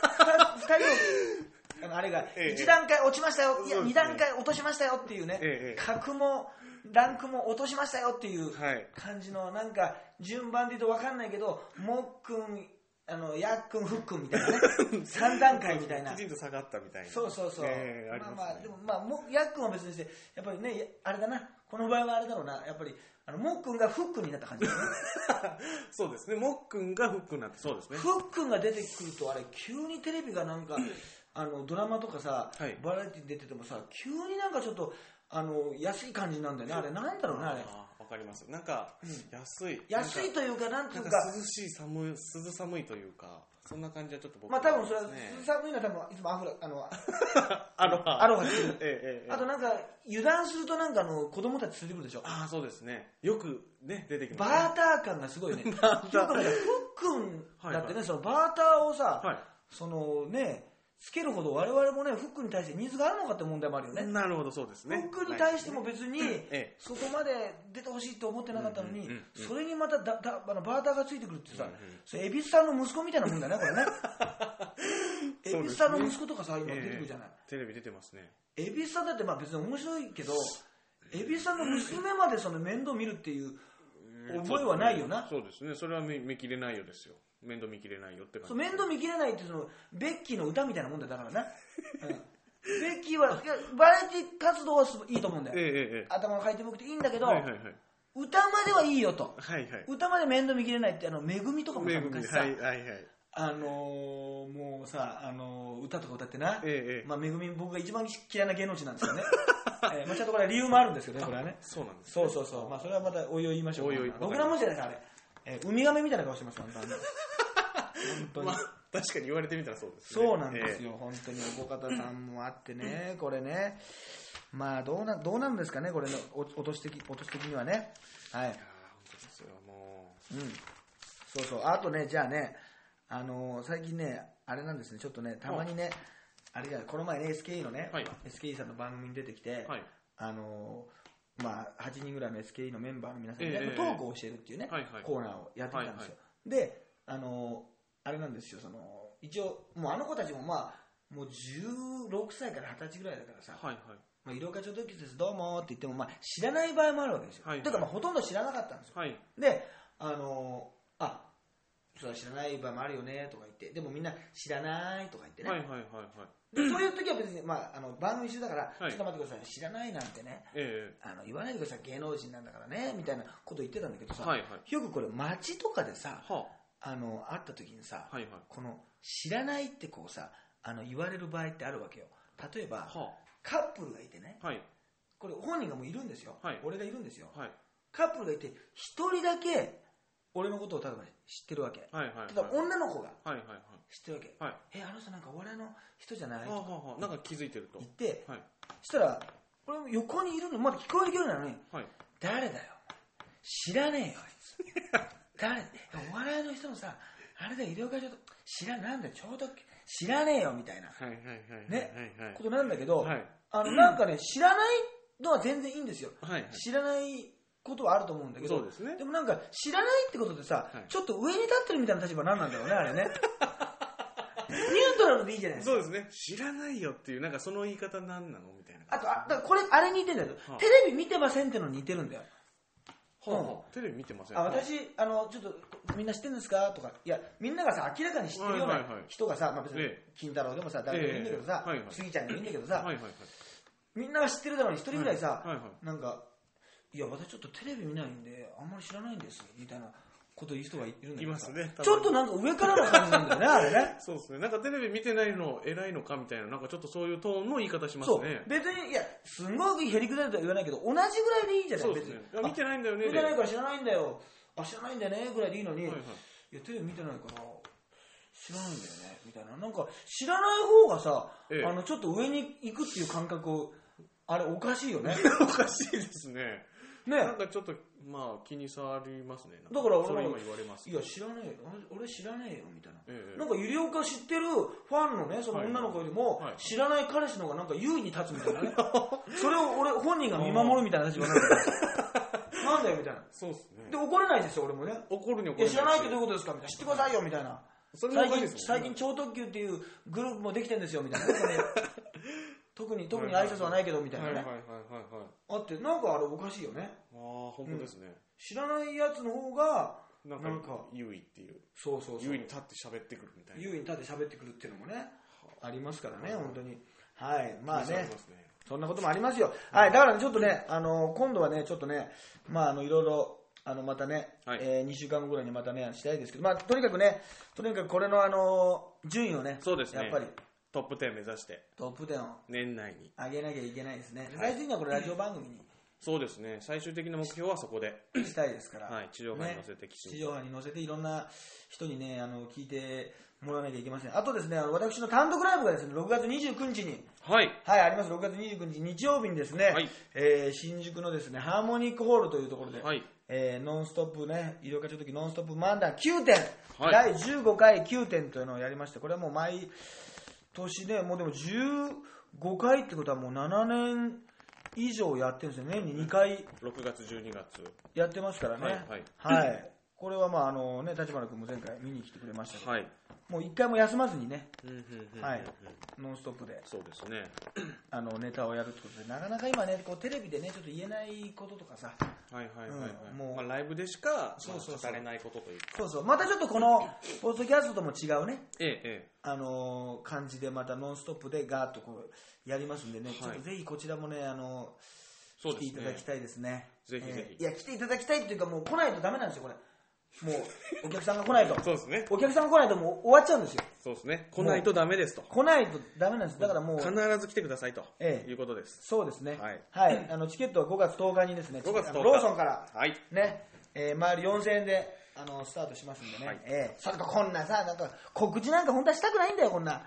[SPEAKER 1] 2, 人をあのあれが
[SPEAKER 2] ええ
[SPEAKER 1] 1段階落ちましたよ、いや
[SPEAKER 2] そうですね
[SPEAKER 1] 2段階落としましたよっていうね、
[SPEAKER 2] ええ
[SPEAKER 1] 格もランクも落としましたよっていう
[SPEAKER 2] はい。
[SPEAKER 1] 感じの、なんか順番で言うと分かんないけど、もっくん、あのやっくん、ふっくんみたい なね、3段階みたいな
[SPEAKER 2] き。ちんと下がったみたいな。
[SPEAKER 1] そうそうそう、
[SPEAKER 2] ええあり
[SPEAKER 1] まあ
[SPEAKER 2] ます
[SPEAKER 1] まあ、
[SPEAKER 2] ね
[SPEAKER 1] でも、まあ、もやっくんは別にして、やっぱりね、やあれだな、この場合はあれだろうな、やっぱり、あのもっくんがふっくんになった感じだね、
[SPEAKER 2] そうですね。もっくんがフックになって、そうですね。
[SPEAKER 1] ふっくんが出てくるとあれ急にテレビがなんかあのドラマとかさ、
[SPEAKER 2] はい
[SPEAKER 1] バラエティに出ててもさ急になんかちょっとあの安い感じなんだよねあれなんだろうねあれ
[SPEAKER 2] あーわかります。なんか、安い。
[SPEAKER 1] 安い
[SPEAKER 2] なんか
[SPEAKER 1] というかなんてい
[SPEAKER 2] な
[SPEAKER 1] うんか
[SPEAKER 2] か涼しい、寒い、涼寒いというか、そんな感じはちょっと僕
[SPEAKER 1] まあ多分それは
[SPEAKER 2] ね
[SPEAKER 1] 寒いのは多分いつもアフロあの
[SPEAKER 2] アロハ。
[SPEAKER 1] アロハ着てる
[SPEAKER 2] ええええ
[SPEAKER 1] あとなんか油断するとなんかあの子供たち連れてくるでしょ
[SPEAKER 2] ああ、そうですね。よくね、出てきます、ね。
[SPEAKER 1] バーター感がすごいね
[SPEAKER 2] バーター
[SPEAKER 1] よく考えたらふっくんだってね、
[SPEAKER 2] はいはい
[SPEAKER 1] そのバーターをさ、
[SPEAKER 2] はい
[SPEAKER 1] そのねつけるほど我々もねフックに対してニーズがあるのかって問題もあるよね
[SPEAKER 2] なるほど、そうですね。
[SPEAKER 1] 僕に対しても別に
[SPEAKER 2] ええ
[SPEAKER 1] そこまで出てほしいと思ってなかったの
[SPEAKER 2] うん
[SPEAKER 1] に
[SPEAKER 2] うんうんうん
[SPEAKER 1] それにまただだあのバーターがついてくるってさ
[SPEAKER 2] うんうん
[SPEAKER 1] それ恵比寿さんの息子みたいなもんだねこれね
[SPEAKER 2] そ
[SPEAKER 1] 恵比
[SPEAKER 2] う
[SPEAKER 1] 寿
[SPEAKER 2] ですね
[SPEAKER 1] さんの息子とかさ今
[SPEAKER 2] はい
[SPEAKER 1] 出てくるじゃない
[SPEAKER 2] ええテレビ出てますね。
[SPEAKER 1] 恵比寿さんだってまあ別に面白いけど恵比寿さんの娘までその面倒見るっていう覚えはないよな
[SPEAKER 2] そうですね。それは見見切れないようですよ。面倒見切れないよって感じ。
[SPEAKER 1] そう面倒見きれないってそのベッキーの歌みたいなもんだよだからな、うんベッキーはいやバラエティ活動はすごいいいと思うんだ
[SPEAKER 2] ええ
[SPEAKER 1] よ
[SPEAKER 2] えええ
[SPEAKER 1] 頭が回転向くていいんだけ
[SPEAKER 2] え。
[SPEAKER 1] ど
[SPEAKER 2] はいはいはい。
[SPEAKER 1] 歌まではいいよと
[SPEAKER 2] はいはい。
[SPEAKER 1] 歌まで面倒見きれないってあのめぐみとかもさ
[SPEAKER 2] めぐみ
[SPEAKER 1] 昔さ、
[SPEAKER 2] はいはいはい。
[SPEAKER 1] あのーもうさ、あのー歌とか歌ってな、
[SPEAKER 2] ええ
[SPEAKER 1] まあ、めぐみ僕が一番嫌いな芸能人なん ですよね、ええまあ、ちょっとこれは理由もあるんですけどねこれはね
[SPEAKER 2] そうなんです。
[SPEAKER 1] そうそうそう、まあ、それはまたおいおい言いましょう
[SPEAKER 2] おいおい
[SPEAKER 1] 僕らもんじゃないからあれ、ええウミガメみたいな顔してます本当に本当に、
[SPEAKER 2] まあ、確かに言われてみたらそうですね。
[SPEAKER 1] そうなんです
[SPEAKER 2] え
[SPEAKER 1] よ、本当にお小方さんもあってねこれねまあどうなどうなんですかねこれのお落とし的落とし的にはねはい
[SPEAKER 2] え。いやー本当ですよ。も
[SPEAKER 1] うん、そうそう、あとね、じゃあね、あのー最近ね、あれなんですね、ちょっとね、たまにね、あれじゃないこの前ね、SKE のね、
[SPEAKER 2] はい
[SPEAKER 1] SKE さんの番組に出てきて、
[SPEAKER 2] はい
[SPEAKER 1] あのーまあ、8人ぐらいの SKE のメンバーの皆さんに、ね
[SPEAKER 2] ええ
[SPEAKER 1] トークを教えるっていうね、
[SPEAKER 2] はいはい
[SPEAKER 1] コーナーをやってたんですよ。で、あのーあれなんですよ、その一応、もうあの子たちも、まあ、もう16歳から20歳ぐらいだからさ、
[SPEAKER 2] う、はいはい。
[SPEAKER 1] まあ、医療課長同級生です、どうもって言っても、まあ、知らない場合もあるわけですよ。
[SPEAKER 2] はいはい
[SPEAKER 1] というか、まあ、ほとんど知らなかったんですよ。
[SPEAKER 2] はい。
[SPEAKER 1] で、あのあそれは知らない場合もあるよねとか言って、でもみんな知らないとか言ってね、
[SPEAKER 2] はいはいはいはい。
[SPEAKER 1] でそういう時は別に、まあ、あの番組中だから、
[SPEAKER 2] はい
[SPEAKER 1] ちょっと待ってください、知らないなんてね、
[SPEAKER 2] え
[SPEAKER 1] あの言わないでください、芸能人なんだからねみたいなこと言ってたんだけど
[SPEAKER 2] え
[SPEAKER 1] さ、
[SPEAKER 2] はいはい。
[SPEAKER 1] よくこれ、街とかでさ、
[SPEAKER 2] は
[SPEAKER 1] あの会った時にさ、
[SPEAKER 2] あ。はいはい。
[SPEAKER 1] この知らないってこうさあの言われる場合ってあるわけよ。例えば、
[SPEAKER 2] は
[SPEAKER 1] カップルがいてね、
[SPEAKER 2] あ。はい。
[SPEAKER 1] これ本人がもういるんですよ、
[SPEAKER 2] はい
[SPEAKER 1] 俺がいるんですよ、
[SPEAKER 2] はい。
[SPEAKER 1] カップルがいて、一人だけ俺のことを例えば知ってるわけ。
[SPEAKER 2] はいはいはい。
[SPEAKER 1] ただ女の子が
[SPEAKER 2] はいはいはい。
[SPEAKER 1] 知ってるわけ。
[SPEAKER 2] はい
[SPEAKER 1] え、あの人なんかお笑いの人じゃない
[SPEAKER 2] はあはあはあなんか気づいてると
[SPEAKER 1] 言って、
[SPEAKER 2] はい
[SPEAKER 1] したら、俺も横にいるの、まだ聞こえるようなのに、
[SPEAKER 2] はい
[SPEAKER 1] 誰だよ。知らねえよ、あいつ。 誰お笑いの人のさ、あれだよ、医療会長と、知ら、なんだよ、ちょうど、知らねえよ、みたいな
[SPEAKER 2] はいはいはい
[SPEAKER 1] ね
[SPEAKER 2] はいはい
[SPEAKER 1] ことなんだけど、
[SPEAKER 2] はい
[SPEAKER 1] あの、なんかね、知らないのは全然いいんですよ。
[SPEAKER 2] はいはい
[SPEAKER 1] 知らないことはあると思うんだけど、
[SPEAKER 2] そうで すね
[SPEAKER 1] もなんか、知らないってことでさ、
[SPEAKER 2] はい
[SPEAKER 1] ちょっと上に立ってるみたいな立場なんなんだろうね、あれ ね。ニュートラルでいいじゃないですか。
[SPEAKER 2] そうですね知らないよっていうなんかその言い方なんなのみたいな
[SPEAKER 1] あと、あだからこれ、あれに似てんだけど、
[SPEAKER 2] はい
[SPEAKER 1] テレビ見てませんってのに似てるんだよ。
[SPEAKER 2] はあはあテレビ見てません
[SPEAKER 1] あ私あの、ちょっとみんな知ってるんですかとか、いや、みんながさ、明らかに知ってるよう
[SPEAKER 2] はい
[SPEAKER 1] な
[SPEAKER 2] はいはい
[SPEAKER 1] 人がさ、まあ、別に
[SPEAKER 2] え
[SPEAKER 1] 金太郎でもさ、誰でもいいんだけどさ
[SPEAKER 2] ええはいはい、
[SPEAKER 1] 杉ちゃんでもいいんだけど
[SPEAKER 2] はいは
[SPEAKER 1] さ、
[SPEAKER 2] いはい
[SPEAKER 1] みんなが知ってるだろうに、一人ぐらい
[SPEAKER 2] はい
[SPEAKER 1] さ
[SPEAKER 2] は、
[SPEAKER 1] なんか、いや、私ちょっとテレビ見ないんで、あんまり知らないんですみたいなこと言う人がいるんだけ
[SPEAKER 2] い
[SPEAKER 1] ど
[SPEAKER 2] ま
[SPEAKER 1] さ
[SPEAKER 2] すね
[SPEAKER 1] ちょっとなんか上からの感じなんだよね、あれね。
[SPEAKER 2] そうですねなんかテレビ見てないの偉いのかみたいななんかちょっとそういうトーンの言い方します
[SPEAKER 1] そう
[SPEAKER 2] ね、
[SPEAKER 1] 別に、いや、すごいへりくだるとは言わないけど、同じぐらいでいいじゃない、
[SPEAKER 2] そうで
[SPEAKER 1] 別
[SPEAKER 2] す
[SPEAKER 1] に
[SPEAKER 2] ね。あ見てないんだよ
[SPEAKER 1] あ
[SPEAKER 2] ね
[SPEAKER 1] 見てない
[SPEAKER 2] で
[SPEAKER 1] から知らないんだよ。あ、知らないんだよね、ぐらいでいいのに
[SPEAKER 2] はいは。い
[SPEAKER 1] いやテレビ見てないから知らないんだよねみたいななんか知らない方がさ、
[SPEAKER 2] ええ
[SPEAKER 1] あのちょっと上に行くっていう感覚あれおかしいよね
[SPEAKER 2] おかしいですね。
[SPEAKER 1] ね
[SPEAKER 2] なんかちょっと、まあ、気に障りますね。なん
[SPEAKER 1] だから俺も
[SPEAKER 2] それ今言われます。
[SPEAKER 1] いや知らねえよ俺俺知らねえよみたいな、
[SPEAKER 2] ええ
[SPEAKER 1] なんかゆりおか知ってるファンのねその女の子よりも、
[SPEAKER 2] はいはい
[SPEAKER 1] 知らない彼氏の方がなんか優位に立つみたいな ねそれを俺本人が見守るみたいな立場なんだよなんだよみたいな
[SPEAKER 2] そうですね
[SPEAKER 1] で。怒れないですよ俺もね
[SPEAKER 2] 怒るに怒
[SPEAKER 1] い
[SPEAKER 2] る
[SPEAKER 1] や知らないってどういうことですかみたいな知ってくださいよみたいな
[SPEAKER 2] それもお
[SPEAKER 1] 最
[SPEAKER 2] かしいで
[SPEAKER 1] 近
[SPEAKER 2] すもんね
[SPEAKER 1] 最近超特急っていうグループもできてるんですよみたいな、ね、特に特に挨拶はないけどみたいな
[SPEAKER 2] はい
[SPEAKER 1] ね、
[SPEAKER 2] はいはいはいはい。
[SPEAKER 1] あってなんかあれおかしいよね
[SPEAKER 2] ああ、本当ですね。
[SPEAKER 1] 知らないやつの方が
[SPEAKER 2] なん
[SPEAKER 1] なん
[SPEAKER 2] か
[SPEAKER 1] か、
[SPEAKER 2] 優位っていう。
[SPEAKER 1] そうそうそ
[SPEAKER 2] 優
[SPEAKER 1] う
[SPEAKER 2] 位に立って喋ってくるみたいな。
[SPEAKER 1] 優位に立って喋ってくるっていうのもねありますからね本当にはいまあ
[SPEAKER 2] 気に障
[SPEAKER 1] ね
[SPEAKER 2] りますね。
[SPEAKER 1] そんなこともありますよはいだからねちょっとねあの今度はねちょっとねまああのいろいろあのまたね、
[SPEAKER 2] はい
[SPEAKER 1] え2週間後ぐらいにまたねしたいですけどまあとにかくねとにかくこれのあの順位をね
[SPEAKER 2] そうですね。
[SPEAKER 1] やっぱり
[SPEAKER 2] トップ10目指して、
[SPEAKER 1] トップ10を
[SPEAKER 2] 年内に。
[SPEAKER 1] 上げなきゃいけないですね。最終的にはこれラジオ番組
[SPEAKER 2] そうですね。最終的な目標はそこで。
[SPEAKER 1] にしたいですから。
[SPEAKER 2] はい地上波に載せて
[SPEAKER 1] ね
[SPEAKER 2] きちんと
[SPEAKER 1] 地上波に載せていろんな人にね、あの、聞いてもらわなきゃいけません。あとですね、あの私の単独ライブがですね、6月29日に、
[SPEAKER 2] はい。
[SPEAKER 1] はい、あります。6月29日日曜日にですね、
[SPEAKER 2] はい
[SPEAKER 1] えー新宿のですね、ハーモニックホールというところで、
[SPEAKER 2] はい
[SPEAKER 1] えーノンストップね、医療課長時ノンストップ漫談9点、
[SPEAKER 2] は
[SPEAKER 1] 第
[SPEAKER 2] い
[SPEAKER 1] 15回9点というのをやりまして、これはもう毎年ね、もうでも15回ってことはもう7年以上やってるんですよね。年に2回
[SPEAKER 2] 6月、12月。
[SPEAKER 1] やってますからね。
[SPEAKER 2] はい
[SPEAKER 1] はい。これはまああのね、立花君も前回見に来てくれましたけど、
[SPEAKER 2] はい。
[SPEAKER 1] もう一回も休まずにね、
[SPEAKER 2] うんうんうんうん
[SPEAKER 1] はい、ノンストップで
[SPEAKER 2] そうですね。
[SPEAKER 1] あのネタをやるってことでなかなか今ねこうテレビでねちょっと言えないこととかさ
[SPEAKER 2] はいはいはいはい。
[SPEAKER 1] うんもう
[SPEAKER 2] まあ、ライブでしか、
[SPEAKER 1] そうそうそう
[SPEAKER 2] まあ語れないことというか。
[SPEAKER 1] そうそうまたちょっとこのポッドキャストとも違うね
[SPEAKER 2] ええ、ええ。
[SPEAKER 1] あのー感じでまた「ノンストップ!」でガーッとこうやりますんでね、
[SPEAKER 2] はい
[SPEAKER 1] ちょっとぜひこちらもね、あの
[SPEAKER 2] そう
[SPEAKER 1] 来てい
[SPEAKER 2] ですね
[SPEAKER 1] ただきたいですね
[SPEAKER 2] ぜひぜひ
[SPEAKER 1] えーいや来ていただきたいっていうかもう来ないとダメなんですよこれもうお客さんが来ないと
[SPEAKER 2] そうですね。
[SPEAKER 1] お客さんが来ないともう終わっちゃうんですよ
[SPEAKER 2] そうですね。来ないとダメですと。
[SPEAKER 1] 来ないとダメなんですだからもう
[SPEAKER 2] 必ず来てくださいと、
[SPEAKER 1] ええ
[SPEAKER 2] いうことです。
[SPEAKER 1] そうですね
[SPEAKER 2] はい
[SPEAKER 1] あのチケットは5月10日にですね
[SPEAKER 2] 5月10日
[SPEAKER 1] あのローソンから
[SPEAKER 2] はい。
[SPEAKER 1] ね、えー、周り4000円で、あのスタートしますんでね、
[SPEAKER 2] はい
[SPEAKER 1] えーそれとこんなさ、なんか告知なんか本当はしたくないんだよ、こんな、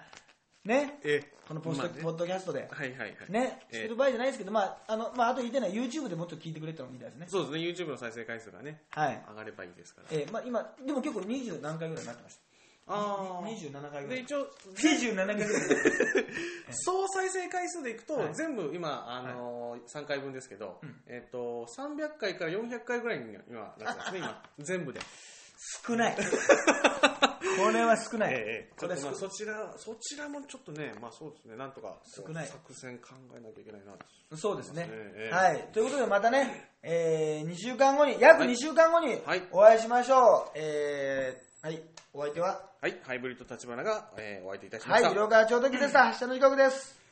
[SPEAKER 1] ね、
[SPEAKER 2] え
[SPEAKER 1] このポスト、
[SPEAKER 2] まあね
[SPEAKER 1] ポッドキャストで、
[SPEAKER 2] はいはいはい。
[SPEAKER 1] ね、
[SPEAKER 2] ええ
[SPEAKER 1] してる場合じゃないですけど、まああのまあ、あと言いたいのは、YouTube でもっと聞いてくれたのもいいですね、
[SPEAKER 2] そうですね。YouTube の再生回数がね、
[SPEAKER 1] はい
[SPEAKER 2] 上がればいいですから。
[SPEAKER 1] えーまあ、今、でも結構20何回ぐらいになってまし
[SPEAKER 2] あ
[SPEAKER 1] た、
[SPEAKER 2] あ。
[SPEAKER 1] 27回ぐら
[SPEAKER 2] で、
[SPEAKER 1] い、
[SPEAKER 2] 一応、
[SPEAKER 1] 27回ぐらい、
[SPEAKER 2] 総再生回数でいくと、
[SPEAKER 1] はい
[SPEAKER 2] 全部今、あのー3回分ですけど、えっ、と、300回から400回ぐらいに今、なって ますね、今、全部で。
[SPEAKER 1] 少 ない、これは少ない、
[SPEAKER 2] ええ、ち
[SPEAKER 1] こ
[SPEAKER 2] ょっ
[SPEAKER 1] れ
[SPEAKER 2] と
[SPEAKER 1] 少
[SPEAKER 2] まあそちら、そちらもちょっとね、まあそうですね、なんとか
[SPEAKER 1] 少ない
[SPEAKER 2] 作戦考えなきゃいけないなと。
[SPEAKER 1] そうですね。
[SPEAKER 2] ええ
[SPEAKER 1] はい。ということで、またね、え2週間後に、約
[SPEAKER 2] はい
[SPEAKER 1] 2週間後に
[SPEAKER 2] はい
[SPEAKER 1] お会いしましょう。えーはい。お相手は、
[SPEAKER 2] はい、ハイブリッド立花が、えーお相手いたしま
[SPEAKER 1] は
[SPEAKER 2] し
[SPEAKER 1] い、
[SPEAKER 2] た。
[SPEAKER 1] 色川長時でした。明日の時刻です。